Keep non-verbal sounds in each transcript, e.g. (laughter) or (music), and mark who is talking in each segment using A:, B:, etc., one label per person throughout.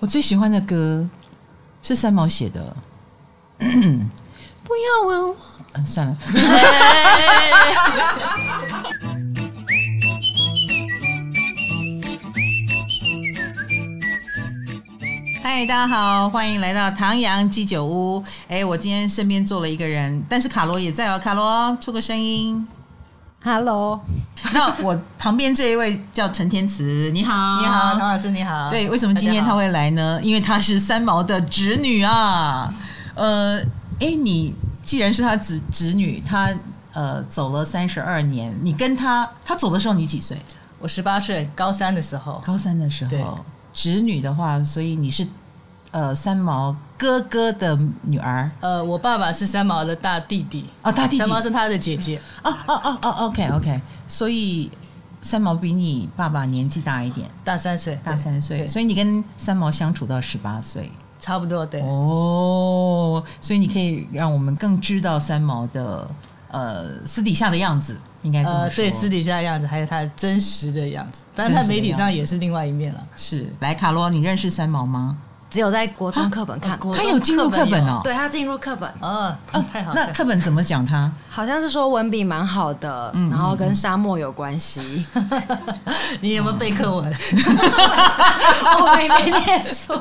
A: 我最喜欢的歌是三毛写的， (coughs) 不要问我，嗯，算 (laughs) 了。嗨，大家好，欢迎来到唐阳鸡酒屋。哎，我今天身边坐了一个人，但是卡罗也在哦。卡罗，出个声音。
B: Hello，
A: 那我旁边这一位叫陈天慈，你好，
C: 你好，唐老师，你好。
A: 啊对，为什么今天他
C: 会？
A: 会来呢？因为她是三毛的侄女啊。呃，哎，你既然是他侄侄女，她呃走了三十二年，你跟她，她走的时候你几岁？
C: 我十八岁，高三的时候，
A: 高三的时
C: 对
A: 候。侄女的话，所以你是呃三毛哥哥的女儿
C: 呃，我爸爸是三毛的大弟弟，
A: 哦，大弟弟
C: 三毛是他的姐姐，
A: 哦哦哦哦，OK OK，所以三毛比你爸爸年纪大一点，
C: 大三岁，
A: 大三岁，
C: 对
A: 所以你跟三毛相处到十八岁。
C: 差不多对。
A: 哦，所以你可以让我们更知道三毛的呃私底下的样子，应该这么
C: 呃，
A: 说。
C: 对，私底下的样子，还有他真实的样子，但是他
A: 真实的
C: 媒体
A: 样
C: 上也是另外一面了。
A: 是来卡罗，你认识三毛吗？
B: 只有在哦国中课本看
C: 啊
B: 过。
C: 我
A: 他有进入课本哦。啊
B: 对他进入课本，
C: 哦，太 (laughs) 好
A: 那
C: 了。
A: 课本怎么讲
C: (laughs)
A: 他？
B: 好像是说文笔蛮好的，
A: 嗯
B: 然后跟沙漠有关 (laughs) 系。
C: 你有没有背课文？
A: 哦
B: 哦我没没念书，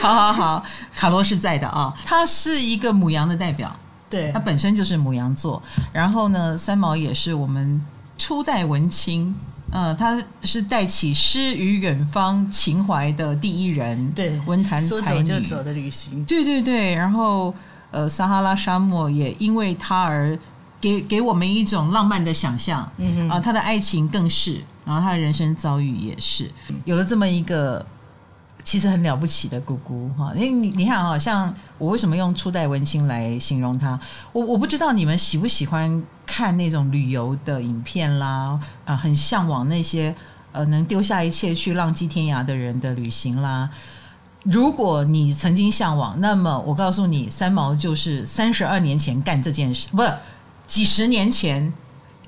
A: 好好好，卡罗是在的啊、他是一个母羊的代表，
C: 对
A: 他，本身就是母羊座。然后呢，三毛也是我们初代文青，呃，他是带起诗与远方情怀的第一人，
C: 对，
A: 文坛
C: 说
A: 才
C: 走
A: 女。
C: 就走的旅行。
A: 对对对，然后呃，撒哈拉沙漠也因为他而给给我们一种浪漫的想象，嗯啊，他的爱情更是，然后他的人生遭遇也是，有了这么一个。其实很了不起的姑姑哈，因为你你看哈，像我为什么用初代文青来形容她？我我不知道你们喜不喜欢看那种旅游的影片啦，啊、很向往那些呃能丢下一切去浪迹天涯的人的旅行啦，如果你曾经向往，那么我告诉你，三毛就是三十二年前干这件事，不，几十年前，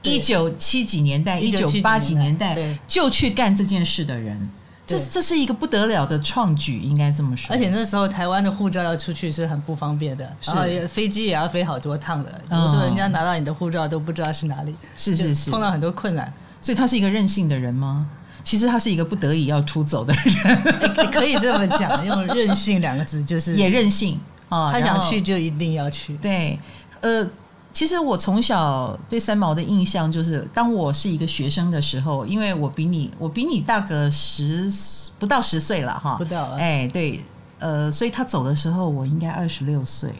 C: 对
A: 一九七几年代、哎一九
C: 1970
A: 八几年代
C: 对
A: 就去干这件事的人，这
C: 对
A: 这是一个不得了的创举，应该这么说。
C: 而且那时候台湾的护照要出去是很不方便的，
A: 是
C: 然后也飞机也要飞好多趟的，
A: 嗯
C: 有时候人家拿到你的护照都不知道是哪里，
A: 是是是
C: 就碰，到很多困难。
A: 所以他是一个任性的人吗？其实他是一个不得已要出走的人，
C: 也也可以这么讲，用“任性”两个字，就是
A: 也任性啊。
C: 他想
A: 然后
C: 去就一定要去。
A: 对，呃，其实我从小对三毛的印象就是，当我是一个学生的时候，因为我比你，我比你大个十不到十岁了哈
C: 不，到啊，
A: 哎，对，呃，所以他走的时候，我应该二十六岁。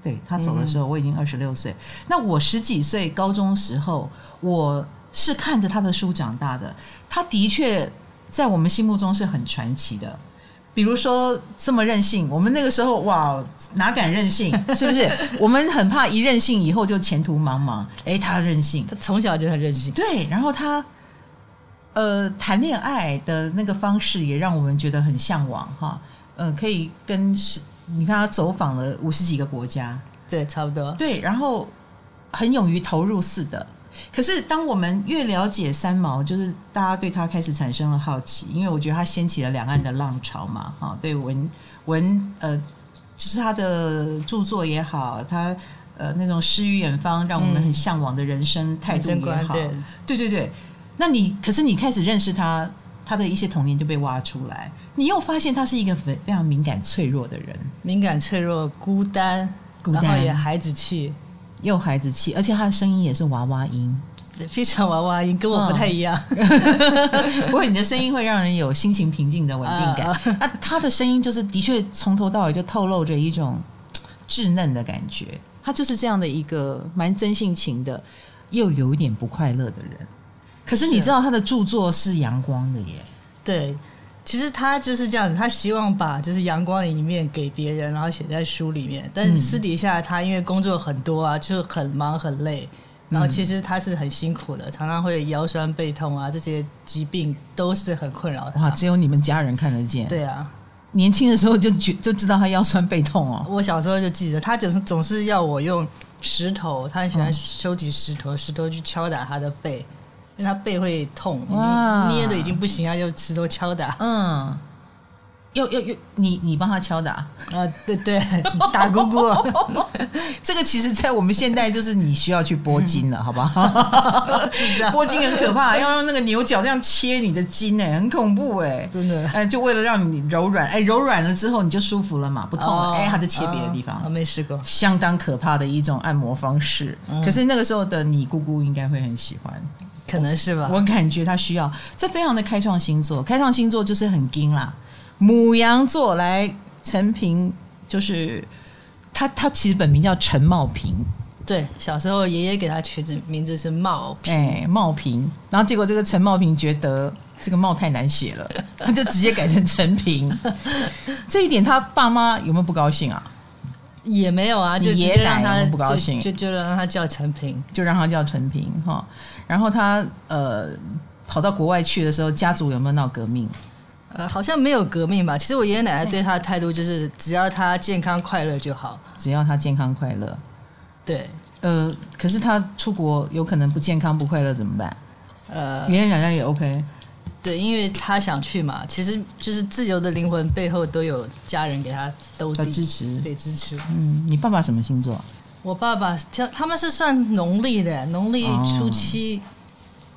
A: 对他走的时
C: 嗯
A: 候，我已经二十六岁。那我十几岁高中时候，我是看着他的书长大的。他的确在我们心目中是很传奇的。比如说这么任性，我们那个时候哇，哪敢任性，是不是？ (laughs) 我们很怕一任性以后就前途茫茫。哎，他任性，
C: 他从小就很任性。
A: 对，然后他呃谈恋爱的那个方式也让我们觉得很向往哈，嗯、可以跟是你看他走访了五十几个国家，
C: 对，差不多。
A: 对，然后很勇于投入似的。可是，当我们越了解三毛，就是大家对他开始产生了好奇，因为我觉得他掀起了两岸的浪潮嘛，哈，对文文呃，就是他的著作也好，他呃那种诗与远方，让我们很向往的人生态度
C: 人生
A: 也
C: 观
A: 好，
C: 对，
A: 对对对，那你可是你开始认识他，他的一些童年就被挖出来，你又发现他是一个非非常敏感脆弱的人，
C: 敏感、脆弱、孤单，
A: 孤
C: 然后也
A: 单
C: 孩子气，
A: 又孩子气，而且他的声音也是娃娃音。 (laughs)
C: 非常娃娃音，跟我
A: 哦
C: 不太一样。
A: 不过你的声音会让人有心情平静的稳定感。那他的声音就是的确从头到尾就透露着一种嘖稚嫩的感觉，他就是这样的一个蛮真性情的，又有一点不快乐的人。可是你
C: 是
A: 知道他的著作是阳光的耶，
C: 对，其实他就是这样子，他希望把就是阳光的一面给别人，然后写在书里面。
A: 嗯
C: 但是私底下他因为工作很多啊，就很忙很累，
A: 嗯
C: 然后其实他是很辛苦的，常常会腰酸背痛啊，这些疾病都是很困扰
A: 哇，
C: 他。
A: 只有你们家人看得见。
C: 对啊，
A: 年轻的时候就觉就知道他腰酸背痛哦。
C: 我小时候就记得，他总是总是要我用石头，他很喜欢收集石头，石头去敲打他的背，因为他背会痛，
A: 哇
C: 捏的已经不行，他就石头敲打。
A: 嗯，又又又，你你帮他敲打、
C: 呃，对对， (laughs) 打姑姑，啊
A: (laughs) 这个其实，在我们现代就是你需要去拨筋
C: (laughs)
A: 了，好不好？
C: 是这样
A: 拨筋很可怕，要用那个牛角这样切你的筋、哎，很恐怖哎、
C: 真的
A: 哎，就为了让你柔软，哎，柔软了之后你就舒服了嘛，不痛了，
C: 哦
A: 哎，他就切别的地
C: 哦哦
A: 方，
C: 没试过。
A: 相当可怕的一种按摩方式。
C: 嗯
A: 可是那个时候的你姑姑应该会很喜欢，
C: 可能是吧。
A: 我感觉他需要，这非常的开创星座，开创星座就是很精啦。母羊座来陈平，就是他，他其实本名叫陈茂平，
C: 对，小时候爷爷给他取的名字是茂平，
A: 哎，茂平。然后结果这个陈茂平觉得这个茂太难写了， (laughs) 他就直接改成陈平。这一点他爸妈有没有不高兴啊？
C: 也没有啊，就直
A: 你爷
C: 接让
A: 奶
C: 他
A: 我不高兴
C: 就就就让他叫陈平。
A: 就让他叫陈平哈。然后他呃跑到国外去的时候，家族有没有闹革命？
C: 呃，好像没有革命吧？其实我爷爷奶奶对他的态度就是，只要他健康快乐就好。
A: 只要他健康快乐。
C: 对，
A: 呃，可是他出国有可能不健康不快乐怎么办？
C: 呃，
A: 爷爷奶奶也 OK，
C: 对，因为他想去嘛，其实就是自由的灵魂背后都有家人给他兜
A: 要支
C: 底，
A: 持。
C: 得支持。
A: 嗯，你爸爸什么星座？
C: 我爸爸他他们是算农历的，农历
A: 哦
C: 初七，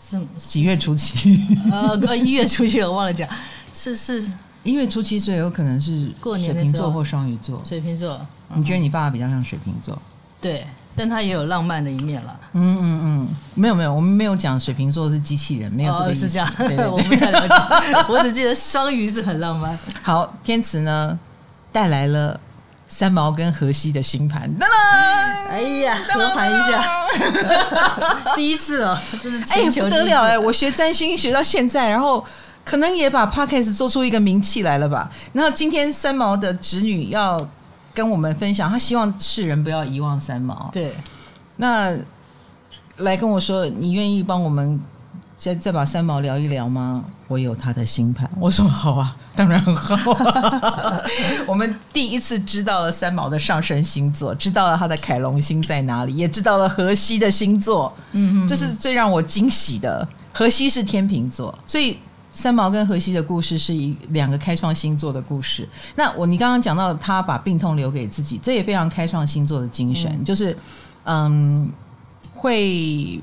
C: 是
A: 几月初
C: (laughs)
A: 七？
C: 呃呃一月初七，我忘了讲，是是
A: 一月初七，所以有可能是
C: 过年
A: 水
C: 的
A: 瓶
C: 时候嗯
A: 座或双鱼座。
C: 水瓶座。
A: 你觉得你爸爸比较像水瓶座？
C: 对，但他也有浪漫的一面了。
A: 嗯嗯嗯，没有没有，我们没有讲水瓶座是机器人，没有这个
C: 哦
A: 意思。
C: 是这样，
A: 对对对
C: (laughs) 我不太了解， (laughs) 我只记得双鱼是很浪漫。
A: (laughs) 好，天池呢带来了三毛跟荷西的星盘，噔噔，
C: 哎呀， (laughs) 和盘一下，
A: (laughs)
C: 第一次哦，这是
A: 哎、
C: 全球
A: 不
C: 第一
A: 得
C: 次
A: 了哎、我学占星学到现在，然后可能也把 podcast 做出一个名气来了吧。然后今天三毛的侄女要跟我们分享，她希望世人不要遗忘三毛。
C: 对，
A: 那来跟我说，你愿意帮我们再再把三毛聊一聊吗？我有他的星盘，我说好啊，当然好、啊。 (laughs) 我们第一次知道了三毛的上升星座，知道了他的凯龙星在哪里，也知道了荷西的星座，
C: 嗯
A: 这是最让我惊喜的。荷西是天秤座，所以。三毛跟荷西的故事是一两个开创星座的故事。那我你刚刚讲到他把病痛留给自己，这也非常开创星座的精神，就是嗯，会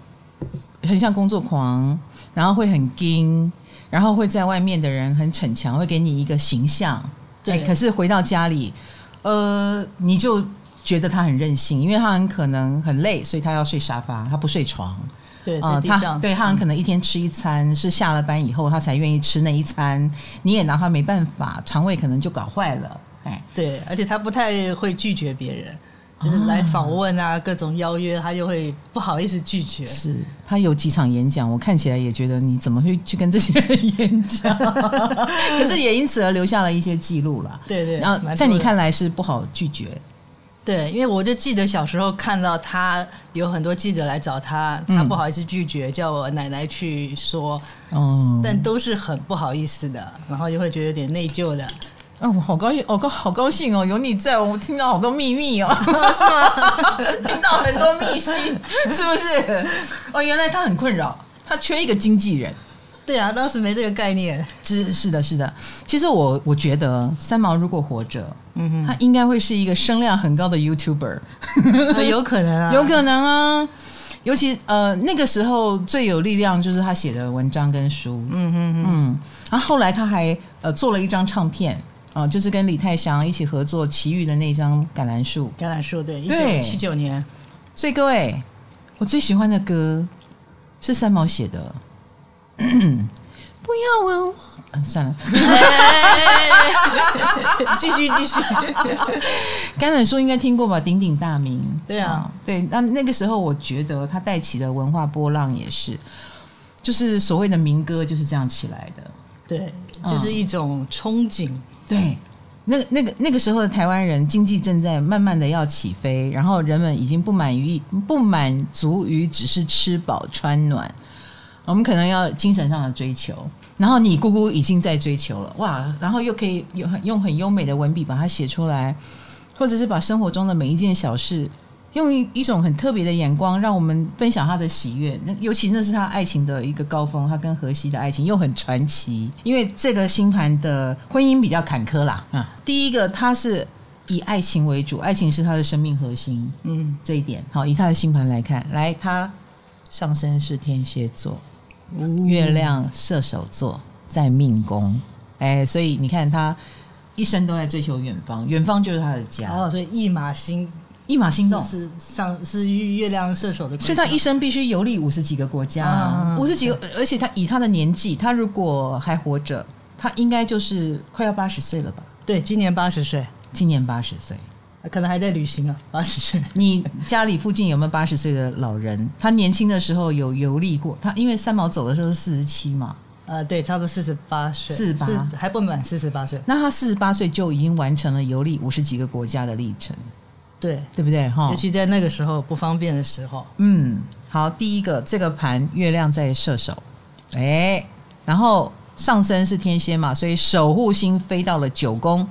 A: 很像工作狂，然后会很精，然后会在外面的人很逞强，会给你一个形象。
C: 对
A: 哎可是回到家里，呃，你就觉得他很任性，因为他很可能很累，所以他要睡沙发，他不睡床。
C: 对，
A: 啊，
C: 在地
A: 他
C: 上，嗯
A: 对他很可能一天吃一餐，是下了班以后他才愿意吃那一餐，你也拿他没办法，肠胃可能就搞坏了。哎，
C: 对，而且他不太会拒绝别人，就是
A: 哦
C: 来访问啊，各种邀约，他就会不好意思拒绝。
A: 是他有几场演讲，我看起来也觉得你怎么会去跟这些人演
C: (laughs)
A: 讲？可是也因此而留下了一些记录了。
C: 对对，
A: 然
C: 蛮多
A: 后
C: 的
A: 在你，看来是不好拒绝，
C: 对，因为我就记得小时候看到他有很多记者来找他，
A: 嗯
C: 他不好意思拒绝，叫我奶奶去说，
A: 哦、
C: 但都是很不好意思的，然后就会觉得有点内疚的。
A: 啊，我好高兴，好高，好高兴哦！有你在，我听到好多秘密
C: (laughs)
A: 哦， (laughs) 听到很多秘辛，是不是？哦，原来他很困扰，他缺一个经纪人。
C: 对啊，当时没这个概
A: (laughs)
C: 念。
A: 是是的，是的。其实我我觉得三毛如果活着，嗯，他应该会是一个声量很高的 YouTuber，
C: 呃有可能啊，
A: 有可能啊。尤其呃那个时候最有力量就是他写的文章跟书，
C: 嗯嗯
A: 嗯，然后后来他还呃做了一张唱片，啊、就是跟李泰祥一起合作《奇遇》的那张《橄榄树》。
C: 嗯，橄榄树对，一
A: 对
C: 九七九年，
A: 所以各位，我最喜欢的歌是三毛写
C: (laughs)
A: 的。不要问我，嗯，算了， (laughs) 啊
C: 继续继续，
A: 橄榄树应该听过吧？鼎鼎大名。
C: 对啊
A: 嗯，对。那那个时候，我觉得他带起的文化波浪也是，就是所谓的民歌就是这样起来的。
C: 对，
A: 嗯
C: 就是一种憧憬，
A: 对，那个那个那个时候的台湾人经济正在慢慢的要起飞，然后人们已经不满于不满足于只是吃饱穿暖，我们可能要精神上的追求。然后你姑姑已经在追求了，哇！然后又可以用很用很优美的文笔把它写出来，或者是把生活中的每一件小事用一一种很特别的眼光，让我们分享他的喜悦。那尤其那是他爱情的一个高峰，他跟荷西的爱情又很传奇。因为这个星盘的婚姻比较坎坷啦。啊，第一个他是以爱情为主，爱情是他的生命核心。
C: 嗯，
A: 这一点，好，以他的星盘来看，来，他上升是天蝎座，月亮射手座在命宫，哎、所以你看他一生都在追求远方，远方就是他的家，
C: 哦，所以一马星
A: 一马心动。
C: 是是上是月亮射手的啊鬼
A: 所
C: 象，
A: 以他一生必须游历五十几个国家
C: 啊
A: 啊，五十、几个，而且他以他的年纪，他如果还活着，他应该就是快要八十岁了吧？
C: 对今年八十岁，
A: 今年八十岁，
C: 可能还在旅行啊，八十岁。
A: 你家里附近有没有八十岁的老人？ (laughs) 他年轻的时候有游历过，他因为三毛走的时候是四十七嘛，
C: 呃，对，差不多四十八岁，
A: 48
C: 是还不满四十八岁。
A: 那他四十八岁就已经完成了游历五十几个国家的历程，
C: 对，
A: 对不对？哈
C: 尤，其在那个时候不方便的时候，
A: 嗯，好，第一个这个盘月亮在射手，哎、然后上升是天蝎嘛，所以守护星飞到了九宫，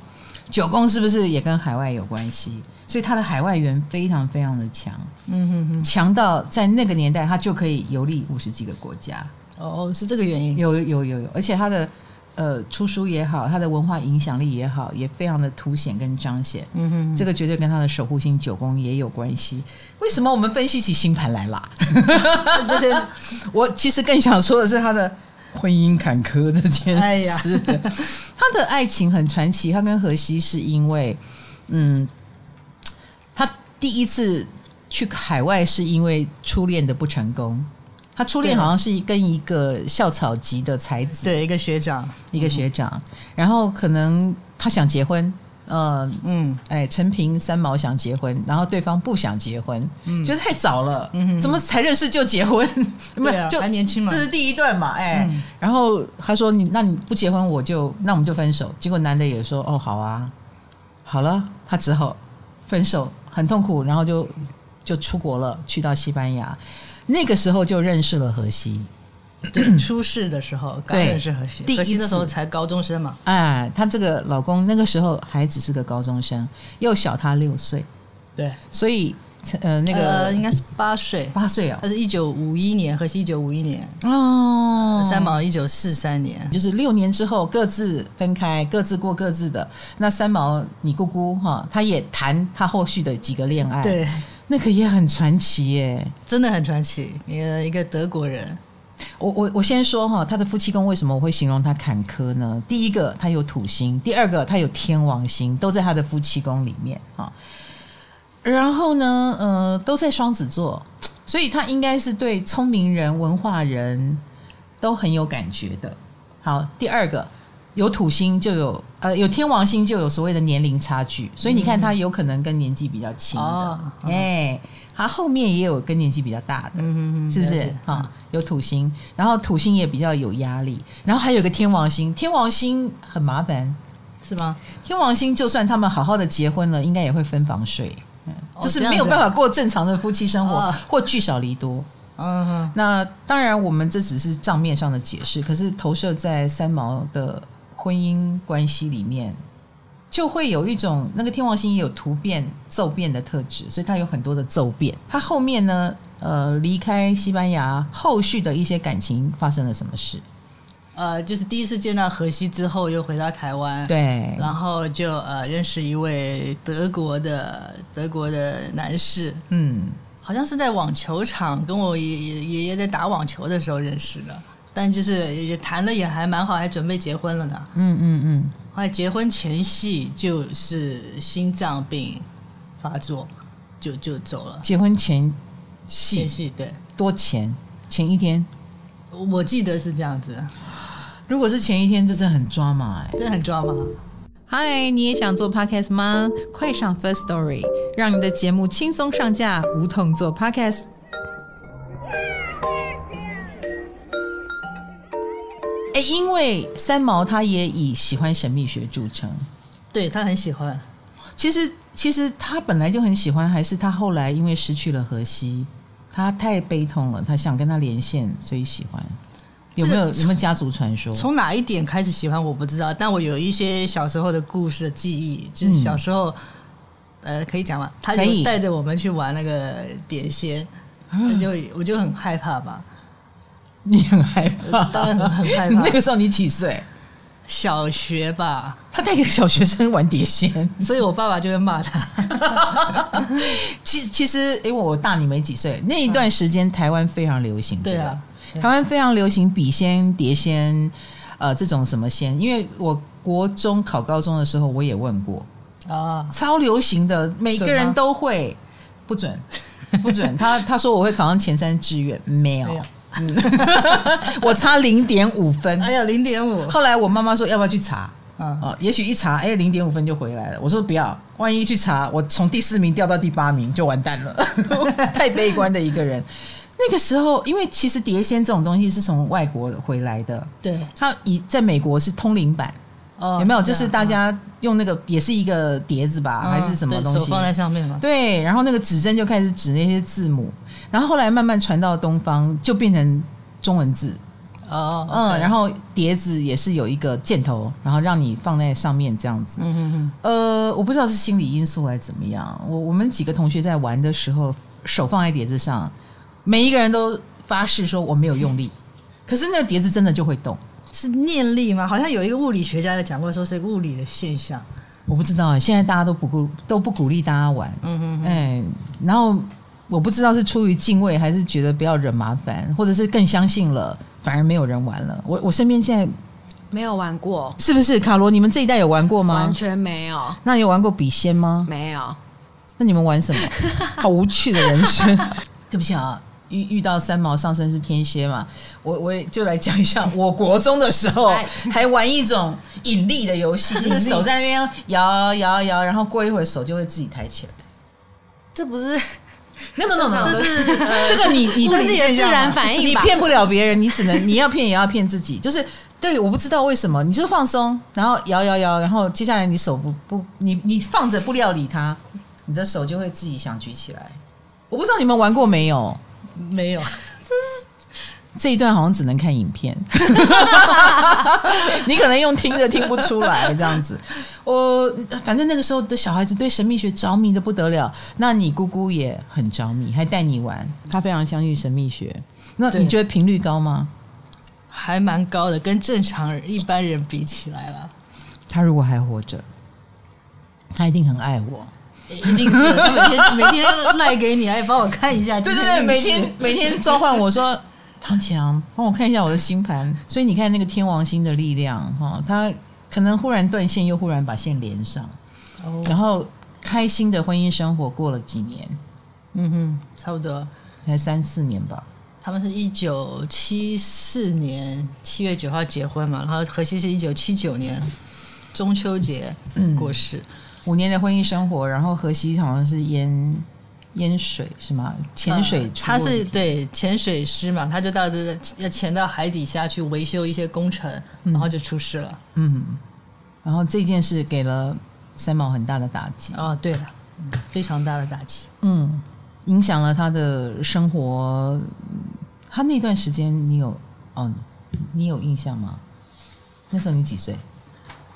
A: 九宫是不是也跟海外有关系？所以他的海外缘非常非常的强，
C: 嗯哼哼，
A: 强到在那个年代他就可以游历五十几个国家，
C: 哦，是这个原因。
A: 有有有有，而且他的呃出书也好，他的文化影响力也好，也非常的凸显跟彰显。
C: 嗯哼，
A: 这个绝对跟他的守护星九宫也有关系。为什么我们分析起星盘来啦？ (laughs) 我其实更想说的是他的婚姻坎坷这件
C: 哎呀
A: (laughs) 事。他的爱情很传奇，他跟荷西是因为，嗯，他第一次去海外是因为初恋的不成功。他初恋
C: 对
A: 好像是跟一个校草级的才子
C: 对，一个学长，
A: 一个学长，
C: 嗯
A: 然后可能他想结婚，呃，
C: 嗯，
A: 哎，陈平三毛想结婚，然后对方不想结婚，
C: 嗯
A: 觉得太早了，怎么才认识就结
C: (laughs)
A: 婚？没
C: 对
A: 有
C: 啊，
A: 就
C: 还年轻嘛嗯
A: 这，是第一段嘛，哎，然后他说你那你不结婚我就那我们就分手，结果男的也说哦好啊，好了，他只好分手，很痛苦，然后就就出国了，去到西班牙，那个时候就认识了荷西，
C: 对，出事的时候刚
A: 对
C: 认识何西，
A: 第一
C: 何西那
A: 次
C: 时候才高中生嘛，
A: 哎，她这个老公那个时候还只是个高中生，又小她六岁，
C: 对，
A: 所以呃那
C: 呃应
A: 个
C: 该是八岁，
A: 八岁哦。
C: 他是一九五一年，何西一九五一年，
A: 哦
C: 三毛一九四三年，
A: 就是六年之后各自分开，各自过各自的。那三毛，你姑姑哈，她也谈她后续的几个恋爱，，
C: 对，
A: 那个也很传奇耶。
C: 真的很传奇，一个一个德国人，
A: 我我我先说哈，她的夫妻宫为什么我会形容她坎坷呢？第一个，她有土星；第二个，她有天王星，都在她的夫妻宫里面哈。然后呢，呃，都在双子座，所以她应该是对聪明人、文化人都很有感觉的。好，第二个有土星就有呃有天王星就有所谓的年龄差距，所以你看他有可能跟年纪比较轻的，
C: 哦
A: 哎、他后面也有跟年纪比较大的，
C: 嗯
A: 是不
C: 了
A: 是
C: 解
A: 啊、有土星，然后土星也比较有压力，然后还有个天王星，天王星很麻烦，
C: 是吗？
A: 天王星就算他们好好的结婚了，应该也会分房睡。嗯
C: 哦
A: 就是
C: 这样
A: 没有
C: 子
A: 办法过正常的夫妻生活，
C: 哦
A: 或聚少离多。
C: 嗯哼，
A: 那当然，我们这只是账面上的解释，可是投射在三毛的婚姻关系里面，就会有一种那个天王星也有突变、骤变的特质，所以它有很多的骤变。它后面呢，呃，离开西班牙，后续的一些感情发生了什么事？
C: 呃，就是第一次见到荷西之后，又回到台湾，
A: 对，
C: 然后就呃认识一位德国的德国的男士，
A: 嗯，
C: 好像是在网球场跟我爷爷爷爷在打网球的时候认识的，但就是也谈的也还蛮好，还准备结婚了呢。
A: 嗯嗯嗯，
C: 后来结婚前夕就是心脏病发作，就就走了。
A: 结婚前戏
C: 前夕对，
A: 多前前一天，
C: 我记得是这样子，
A: 如果是前一天，这真的很抓马哎、
C: 这很抓马。
A: 嗨，你也想做 podcast 吗？快上 First Story，让你的节目轻松上架，无痛做 podcast。哎、因为三毛他也以喜欢神秘学著称。
C: 对他很喜欢，
A: 其实，其实他本来就很喜欢，还是他后来因为失去了荷西，他太悲痛了，他想跟他连线，所以喜欢。有没有
C: 这个
A: 有没有家族传说？
C: 从哪一点开始喜欢我不知道，但我有一些小时候的故事的记忆，就是小时候呃，可以讲吗？他
A: 嗯可以啊
C: 就带着我们去玩那个碟仙，那就我就很害怕吧，
A: 你很害怕，
C: 当然很害怕
A: (laughs) 那个时候你几岁？
C: 小学吧，
A: 他带一个小学生玩碟仙， (laughs)
C: 所以我爸爸就会骂他。
A: 其其实，因为我大你没几岁，那一段时间台湾非常流行、这个
C: 对啊，
A: 台湾非常流行笔仙、碟仙，呃，这种什么仙？因为我国中考高中的时候，我也问过，
C: 啊，
A: 超流行的，每个
C: 准
A: 人
C: 吗
A: 都会，不
C: (laughs)
A: 准，不准。他他说我会考上前三志愿，没有
C: 没有，
A: 嗯 (laughs) 我差零点五分。
C: 哎呀，零点五，
A: 后来我妈妈说要不要去查？
C: 嗯，
A: 啊，也许一查，哎，零点五分就回来了。我说不要，万一去查，我从第四名掉到第八名就完蛋了， (laughs) 太悲观的一个人。那个时候，因为其实碟仙这种东西是从外国回来的，
C: 对，
A: 它以在美国是通灵版，
C: 哦
A: 有没有？就
C: 这
A: 是
C: 样
A: 大家用那个也是一个碟子吧，还是什么
C: 嗯
A: 东
C: 对手
A: 西？
C: 放在上面嘛，
A: 对，然后那个指针就开始指那些字母，然后后来慢慢传到东方，就变成中文字。
C: 哦，
A: 嗯，然
C: 后，
A: 后碟子也是有一个箭头，然后让你放在上面这样子。
C: 嗯嗯嗯，
A: 呃，我不知道是心理因素还是怎么样。我我们几个同学在玩的时候，手放在碟子上，每一个人都发誓说我没有用力，
C: (laughs)
A: 可是那个碟子真的就会动。
C: 是念力吗？好像有一个物理学家在讲过，说是物理的现象。
A: 我不知道、现在大家都不鼓都不鼓励大家玩，
C: 嗯嗯，
A: 哎、然后我不知道是出于敬畏，还是觉得不要惹麻烦，或者是更相信了，反而没有人玩了。我我身边现在
B: (laughs) 没有玩过，
A: 是不是卡罗？你们这一代有玩过吗
B: 完？全没有，
A: 那你有玩过笔仙吗？
B: 没有。
A: 那你们玩 (laughs) 什么？好无趣的人生。 (laughs) 对不起啊，遇遇到三毛上身是天蝎嘛，我我也就来讲一 (laughs) 下，我国中的时候
B: 哎
A: 还玩一种引力的游戏，就是手在那边摇摇摇，然后过一会儿手就会自己抬起来。
B: 这不 (laughs) 是
A: 没有没有没有，
B: 这
A: 这
B: 是
A: 是这个你你
B: 这是
A: 自己
B: 你的
A: 现象
B: 自然
A: 嘛
B: 反应
A: 你
B: 吧
A: 骗不了别人，你只能你要骗也要骗自己，就是。对，我不知道为什么，你就放松，然后摇摇摇，然后接下来你手不不，你你放着不料理它，你的手就会自己想举起来。我不知道你们玩过没有，
C: 没有，
A: 这一段好像只能看影片， (laughs) 你可能用听着听不出来这样子。我反正那个时候的小孩子对神秘学着迷的不得了，那你姑姑也很着迷，还带你玩，她非常相信神秘学。那
C: 对
A: 你觉得频率高吗？
C: 还蛮高的，跟正常人一般人比起来了，
A: 她如果还活着，她一定很爱我。
C: (laughs) 一定是他每天每天赖给你，还帮我看一下。
A: 对对
C: 今
A: 对，
C: 的运
A: 每
C: 势
A: (laughs) 天每天召唤我说。唐强，帮我看一下我的星 (laughs) 盘。所以你看那个天王星的力量，哈、它可能忽然断线，又忽然把线连上。
C: 哦，
A: 然后开心的婚姻生活过了几年，
C: 嗯哼，差不多。
A: 才三四年吧。
C: 他们是一九七四年七月九号结婚嘛，然后荷西是一九七九年中秋节过世，
A: 五年的婚姻生活，然后荷西好像是淹淹水是吗？潜水
C: 呃
A: 出
C: 他
A: 问题、
C: 是对潜水师嘛，他就到这要潜到海底下去维修一些工程，然后就出事了。
A: 嗯，然后这件事给了三毛很大的打击，
C: 哦，对了，嗯非常大的打击。
A: 嗯，影响了他的生活。嗯他那段时间你有哦，你有印象吗？那时候你几岁？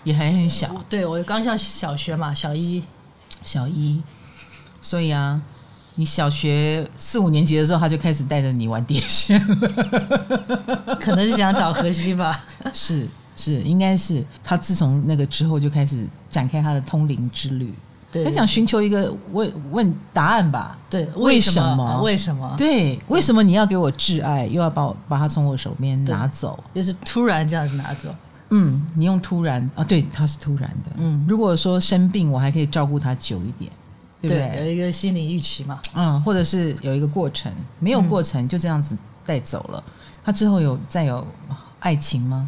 A: 也还很小，
C: 对我刚上小学嘛，小一，
A: 小一，所以啊，你小学四五年级的时候，他就开始带着你玩碟仙了。
C: 可能是想找荷西吧。
A: (laughs) 是是，应该是他自从那个之后就开始展开他的通灵之旅，
C: 对，
A: 他想寻求一个问问答案吧。
C: 对
A: 为什
C: 什
A: 么
C: 为什么？
A: 对，为什么你要给我挚爱，又要把我把他从我手边拿走？
C: 就是突然这样子拿走。
A: 嗯，你用突然啊，对，他是突然的。
C: 嗯，
A: 如果说生病，我还可以照顾他久一点，对不对？
C: 有一个心理预期嘛。
A: 嗯，或者是有一个过程，没
C: 嗯
A: 有过程就这样子带走了。他之后有再有爱情吗？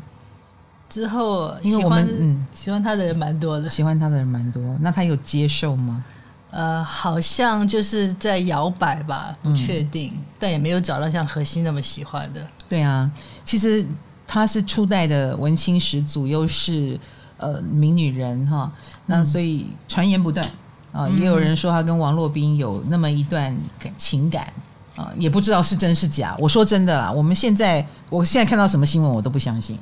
C: 之后
A: 因为
C: 喜
A: 我们
C: 欢
A: 嗯
C: 喜欢他的人蛮多的，
A: 喜欢他的人蛮多，那他有接受吗？
C: 呃，好像就是在摇摆吧，
A: 嗯
C: 不确定，但也没有找到像荷西那么喜欢的。
A: 对啊，其实她是初代的文青始祖，又是呃名女人哈，那所以传言不断啊，也有人说她跟王洛宾有那么一段感情感啊，也不知道是真是假。我说真的啦，我们现在我现在看到什么新闻我都不相信。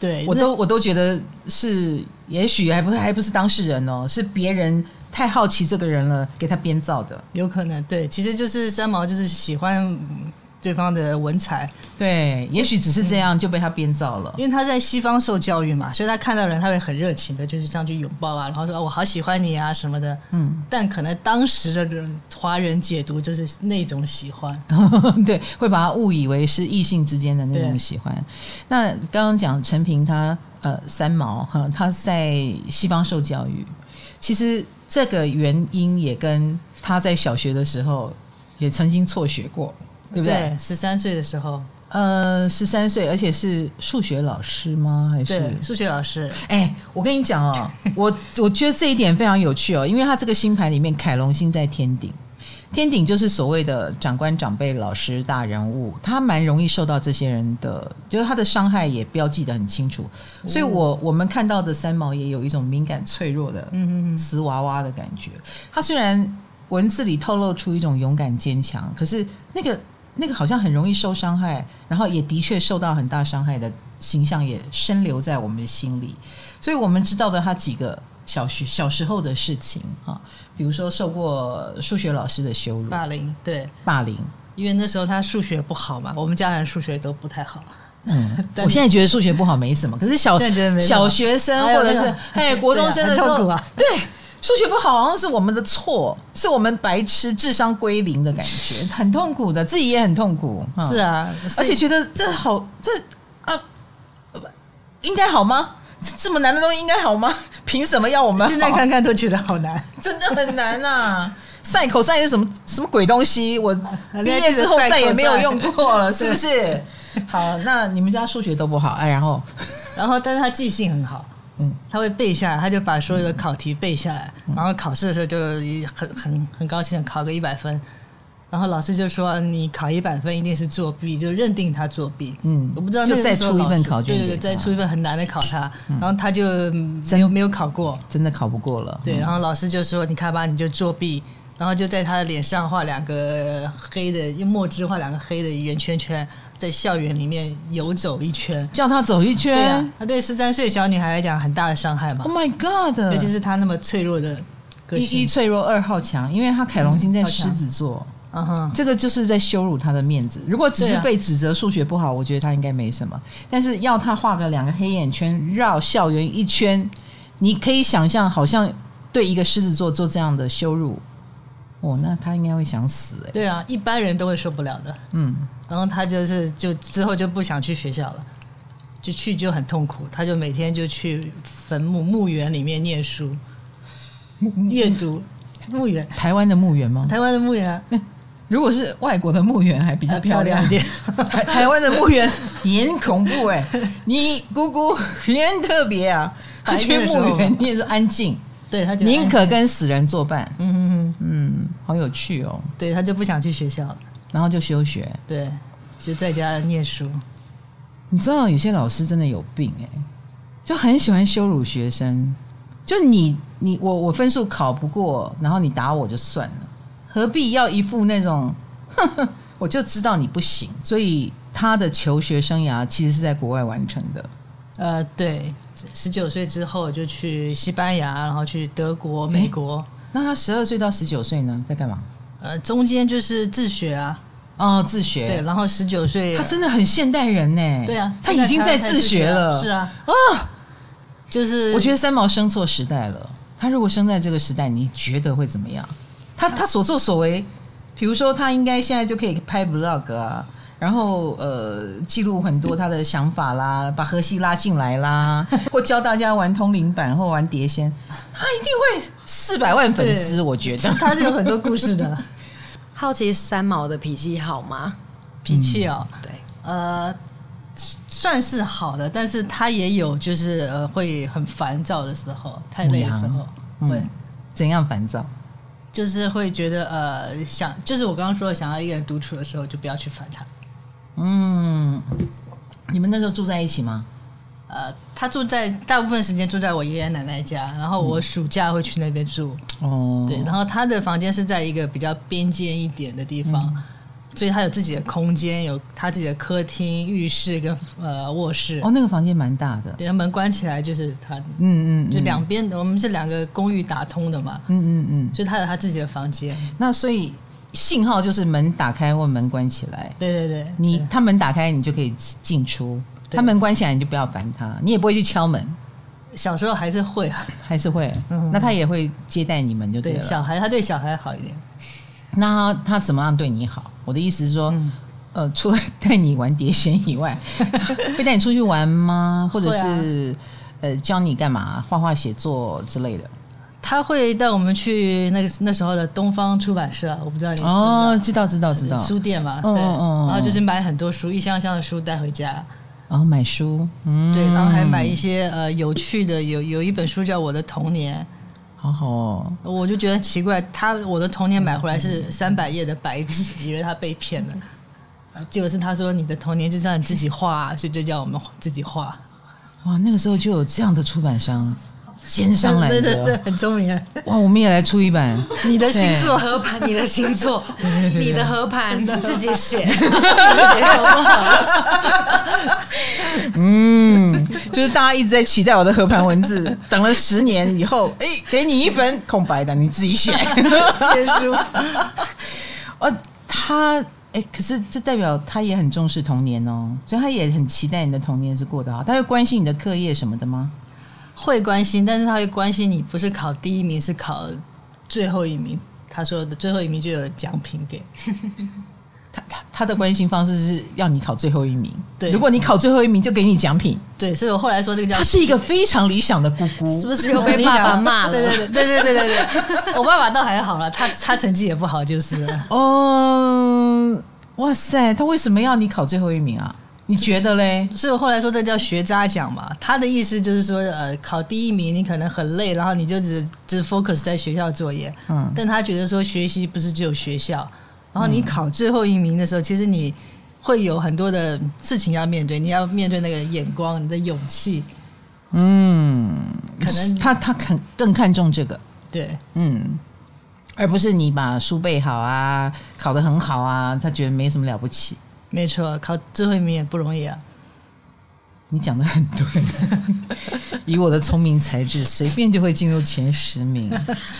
C: 对，
A: 我
C: 哎那
A: 都我都觉得是，也许还不还不是当事人哦，是别人太好奇这个人了，给他编造的。
C: 有可能对，其实就是三毛就是喜欢嗯对方的文采，
A: 对，也许只是这样就被他编造了。
C: 因为他在西方受教育嘛，所以他看到人他会很热情的，就是这样去拥抱啊，然后说、啊我好喜欢你啊什么的。
A: 嗯，
C: 但可能当时的人华人解读就是那种喜欢，
A: (laughs) 对，会把他误以为是异性之间的那种
C: 对
A: 喜欢。那刚刚讲陈平他呃三毛哈，他在西方受教育，其实这个原因也跟他在小学的时候也曾经辍学过，对不对？
C: 对？十三岁的时候，
A: 呃，十三岁，而且是数学老师吗？还是
C: 对数学老师，
A: 哎、我跟你讲哦，我我觉得这一点非常有趣哦，因为他这个星盘里面，凯龙星在天顶，天顶就是所谓的长官、长辈、老师、大人物，他蛮容易受到这些人的，就是他的伤害也标记的很清楚，所以我
C: 嗯
A: 我们看到的三毛也有一种敏感、脆弱的
C: 嗯嗯嗯，
A: 瓷娃娃的感觉。他虽然文字里透露出一种勇敢、坚强，可是那个那个好像很容易受伤害，然后也的确受到很大伤害的形象也深留在我们的心里。所以我们知道的他几个小学小时候的事情啊，比如说受过数学老师的羞辱、
C: 霸凌，对，
A: 霸
C: (laughs)
A: 凌。
C: 因为那时候他数学不好嘛，我们家人数学都不太好，
A: 嗯，
C: 但
A: 我现在觉得数学不好没什么，可是小
C: 现在觉得没什么
A: 小学生
C: 哎呦
A: 或者是
C: 那个
A: 哎国中生的时
C: (laughs) 对啊很痛
A: 候
C: 苦啊，
A: 对数学不好好像是我们的错，是我们白痴智商归零的感觉，很痛苦的，自己也很痛苦。嗯
C: 是，啊，
A: 而
C: 所以
A: 且觉得这好这啊，应该好吗？这这么难的东西应该好吗？ (laughs) 凭什么要我们好？
C: 现在看看都觉得好难。
A: 真的很难啊。赛口赛是什么什么鬼东西？我
C: 还在
A: 毕业之后
C: 记得
A: 再也没有
C: Psycho
A: 用过了，是不是？好，那你们家数学都不好，哎，然后
C: 然后，但是他记性很好，
A: 嗯，
C: 他会背下来，他就把所有的考题背下来，然后考试的时候就很很很高兴的考个一百分，然后老师就说啊你考一百分一定是作弊，就认定他作弊。
A: 嗯
C: 我不知道那
A: 就
C: 个
A: 再
C: 时候
A: 出一
C: 老
A: 份
C: 师
A: 考卷
C: 对
A: 给
C: 对对，再
A: 他
C: 出一份很难的考他，然后他就嗯没有没有考过，
A: 真的考不过了。
C: 对，
A: 嗯
C: 然后老师就说你看吧，你就作弊。然后就在他的脸上画两个黑的，用墨汁画两个黑的圆圈圈，在校园里面游走一圈，
A: 叫他走一
C: 对
A: 圈
C: 啊，他对十三岁小女孩来讲很大的伤害嘛
A: o h，my Oh God！
C: 尤其是她那么脆弱的个
A: 嗯一一
C: 性，
A: 脆弱，二好强，因为他凯龙星在
C: 嗯好
A: 狮
C: 强
A: 子座，
C: 嗯哼，
A: 这个就是在羞辱他的面子。如果只是
C: 对啊
A: 被指责数学不好，我觉得他应该没什么。但是要他画个两个黑眼圈绕校园一圈，你可以想象，好像对一个狮子座做这样的羞辱，哦，那他应该会想死哎、
C: 对啊，一般人都会受不了的。
A: 嗯，
C: 然后她就是就之后就不想去学校了，就去就很痛苦，她就每天就去坟墓墓园里面念书，阅读墓园，
A: 台湾的墓园吗？
C: 台湾的墓园啊
A: 如果是外国的墓园，还比较
C: 还呃漂亮一点。 (laughs)
A: 台 (laughs) 台湾的墓园也很恐怖哎、你姑姑也很特别
C: (laughs)
A: 啊，她
C: 白
A: 去
C: 天的时候
A: 墓园，你也说安静，
C: 对，她就
A: 宁可跟死人作伴，
C: 嗯嗯嗯，
A: 嗯，好有趣哦。
C: 对，她就不想去学校了，
A: 然后就休学，
C: 对，就在家念书。
A: 你知道有些老师真的有病哎、就很喜欢羞辱学生，就你你我我分数考不过，然后你打我就算了，何必要一副那种， (laughs) 哼哼，我就知道你不行，所以他的求学生涯其实是在国外完成的。
C: 呃，对，十九岁之后就去西班牙，然后去德国、美国，
A: 那他十二岁到十九岁呢，在干嘛？
C: 呃，中间就是自学啊，
A: 哦，自学。
C: 对，然后十九岁
A: 他，真的很现代人呢。
C: 对啊，
A: 他
C: 现
A: 已经在
C: 他才
A: 自学了。
C: 是
A: 啊，
C: 啊，就是
A: 我觉得三毛生错时代了。他如果生在这个时代，你觉得会怎么样？他他所作所为，比如说他应该现在就可以拍 vlog 啊，然后呃记录很多他的想法啦， (laughs) 把荷西拉进来啦， (laughs) 或教大家玩通灵板或玩碟仙，他一定会四百万粉丝，
C: 对
A: 我觉得。
C: 他是有很多故
A: (laughs)
C: 事的
B: 好奇三毛的脾气好吗？
C: 脾气哦，
B: 对，
A: 嗯
C: 呃，算是好的，但是他也有就是呃会很烦躁的时候，太累的时候，会
A: 嗯，怎样烦躁？
C: 就是会觉得呃想，就是我刚刚说的，想要一个人独处的时候，就不要去烦他。
A: 嗯，你们那时候住在一起吗？
C: 呃，他住在大部分时间住在我爷爷奶奶家，然后我暑假会去那边住。
A: 嗯哦嗯
C: 对，然后他的房间是在一个比较边间一点的地方，所以他有自己的空间，有他自己的客厅、浴室跟呃卧室。
A: 哦，那个房间蛮大的，
C: 对，他门关起来就是他，
A: 嗯嗯，
C: 就两边、我们是两个公寓打通的嘛，
A: 嗯嗯嗯。
C: 就他有他自己的房间。
A: 那所以信号就是门打开或门关起来，
C: 对对对，
A: 你他门打开你就可以进出，
C: 对
A: 他门关起来你就不要烦他，你也不会去敲门，
C: 小时候还是会啊，
A: 还是会，
C: 嗯
A: 那他也会接待你们就对啊
C: 对
A: 了。
C: 小孩，他对小孩好一点。
A: 那他他怎么样对你好？我的意思是说，
C: 嗯
A: 呃，除了带你玩碟仙以外，
C: (laughs)
A: 会带你出去玩吗？或者是、
C: 啊
A: 呃，教你干嘛？画画、写作之类的。
C: 他会带我们去那个那时候的东方出版社，我不知道你知不知道
A: 哦，知道知道知道。
C: 书店嘛，
A: 嗯
C: 对，
A: 嗯嗯
C: 然后就是买很多书，一箱箱的书带回家，
A: 然后哦买书，嗯，
C: 对，然后还买一些呃有趣的，有有一本书叫《我的童年
A: 好好哦。》，
C: 我就觉得很奇怪，他《我的童年》买回来
B: 嗯
C: 是三百页的白纸，以为他被骗了，啊结果是他说你的童年就是让你自己画，啊 (laughs) 所以就叫我们自己画，
A: 哇，那个时候就有这样的出版商，奸
C: (laughs)
A: 商来
C: 对对对，
A: 着。
C: 很聪明啊，
A: 哇，我们也来出一版。
C: 你的星座。
B: 合盘，你的星
C: (laughs)
B: 座，你的合盘你自己写，自己写 (laughs) 好不好？
A: 嗯，就是大家一直在期待我的合盘文字，等了十年以后，哎、给你一本空白的，你自己写。
C: 天书，
A: 哦，他哎、可是这代表他也很重视童年哦，所以他也很期待你的童年是过得好。他会关心你的课业什么的吗？
C: 会关心，但是他会关心你，不是考第一名，是考最后一名。他说的最后一名就有奖品给，
A: 他他他的关心方式是要你考最后一名，
C: 对
A: 如果你考最后一名，就给你奖品。
C: 对，所以我后来说这个叫
A: 他是一个非常理想的姑姑，
B: 是不是又被爸爸骂了？
C: 对对对对对对对对，我爸爸倒还好了，他他成绩也不好，就是了
A: (laughs) 哦，哇塞，他为什么要你考最后一名啊？你觉得嘞？
C: 所以我后来说这叫学渣奖嘛。他的意思就是说，呃，考第一名你可能很累，然后你就只只 focus 在学校作业，
A: 嗯，
C: 但他觉得说学习不是只有学校，然后你考最后一名的时候，其实你会有很多的事情要面对，你要面对那个眼光、你的勇气，
A: 嗯，
C: 可能
A: 他他看更看重这个，
C: 对
A: 嗯，而不是你把书背好啊，考得很好啊，他觉得没什么了不起。
C: 没错，考最后一名也不容易啊。
A: 你讲的很对， (laughs) 以我的聪明才智，随便就会进入前十名。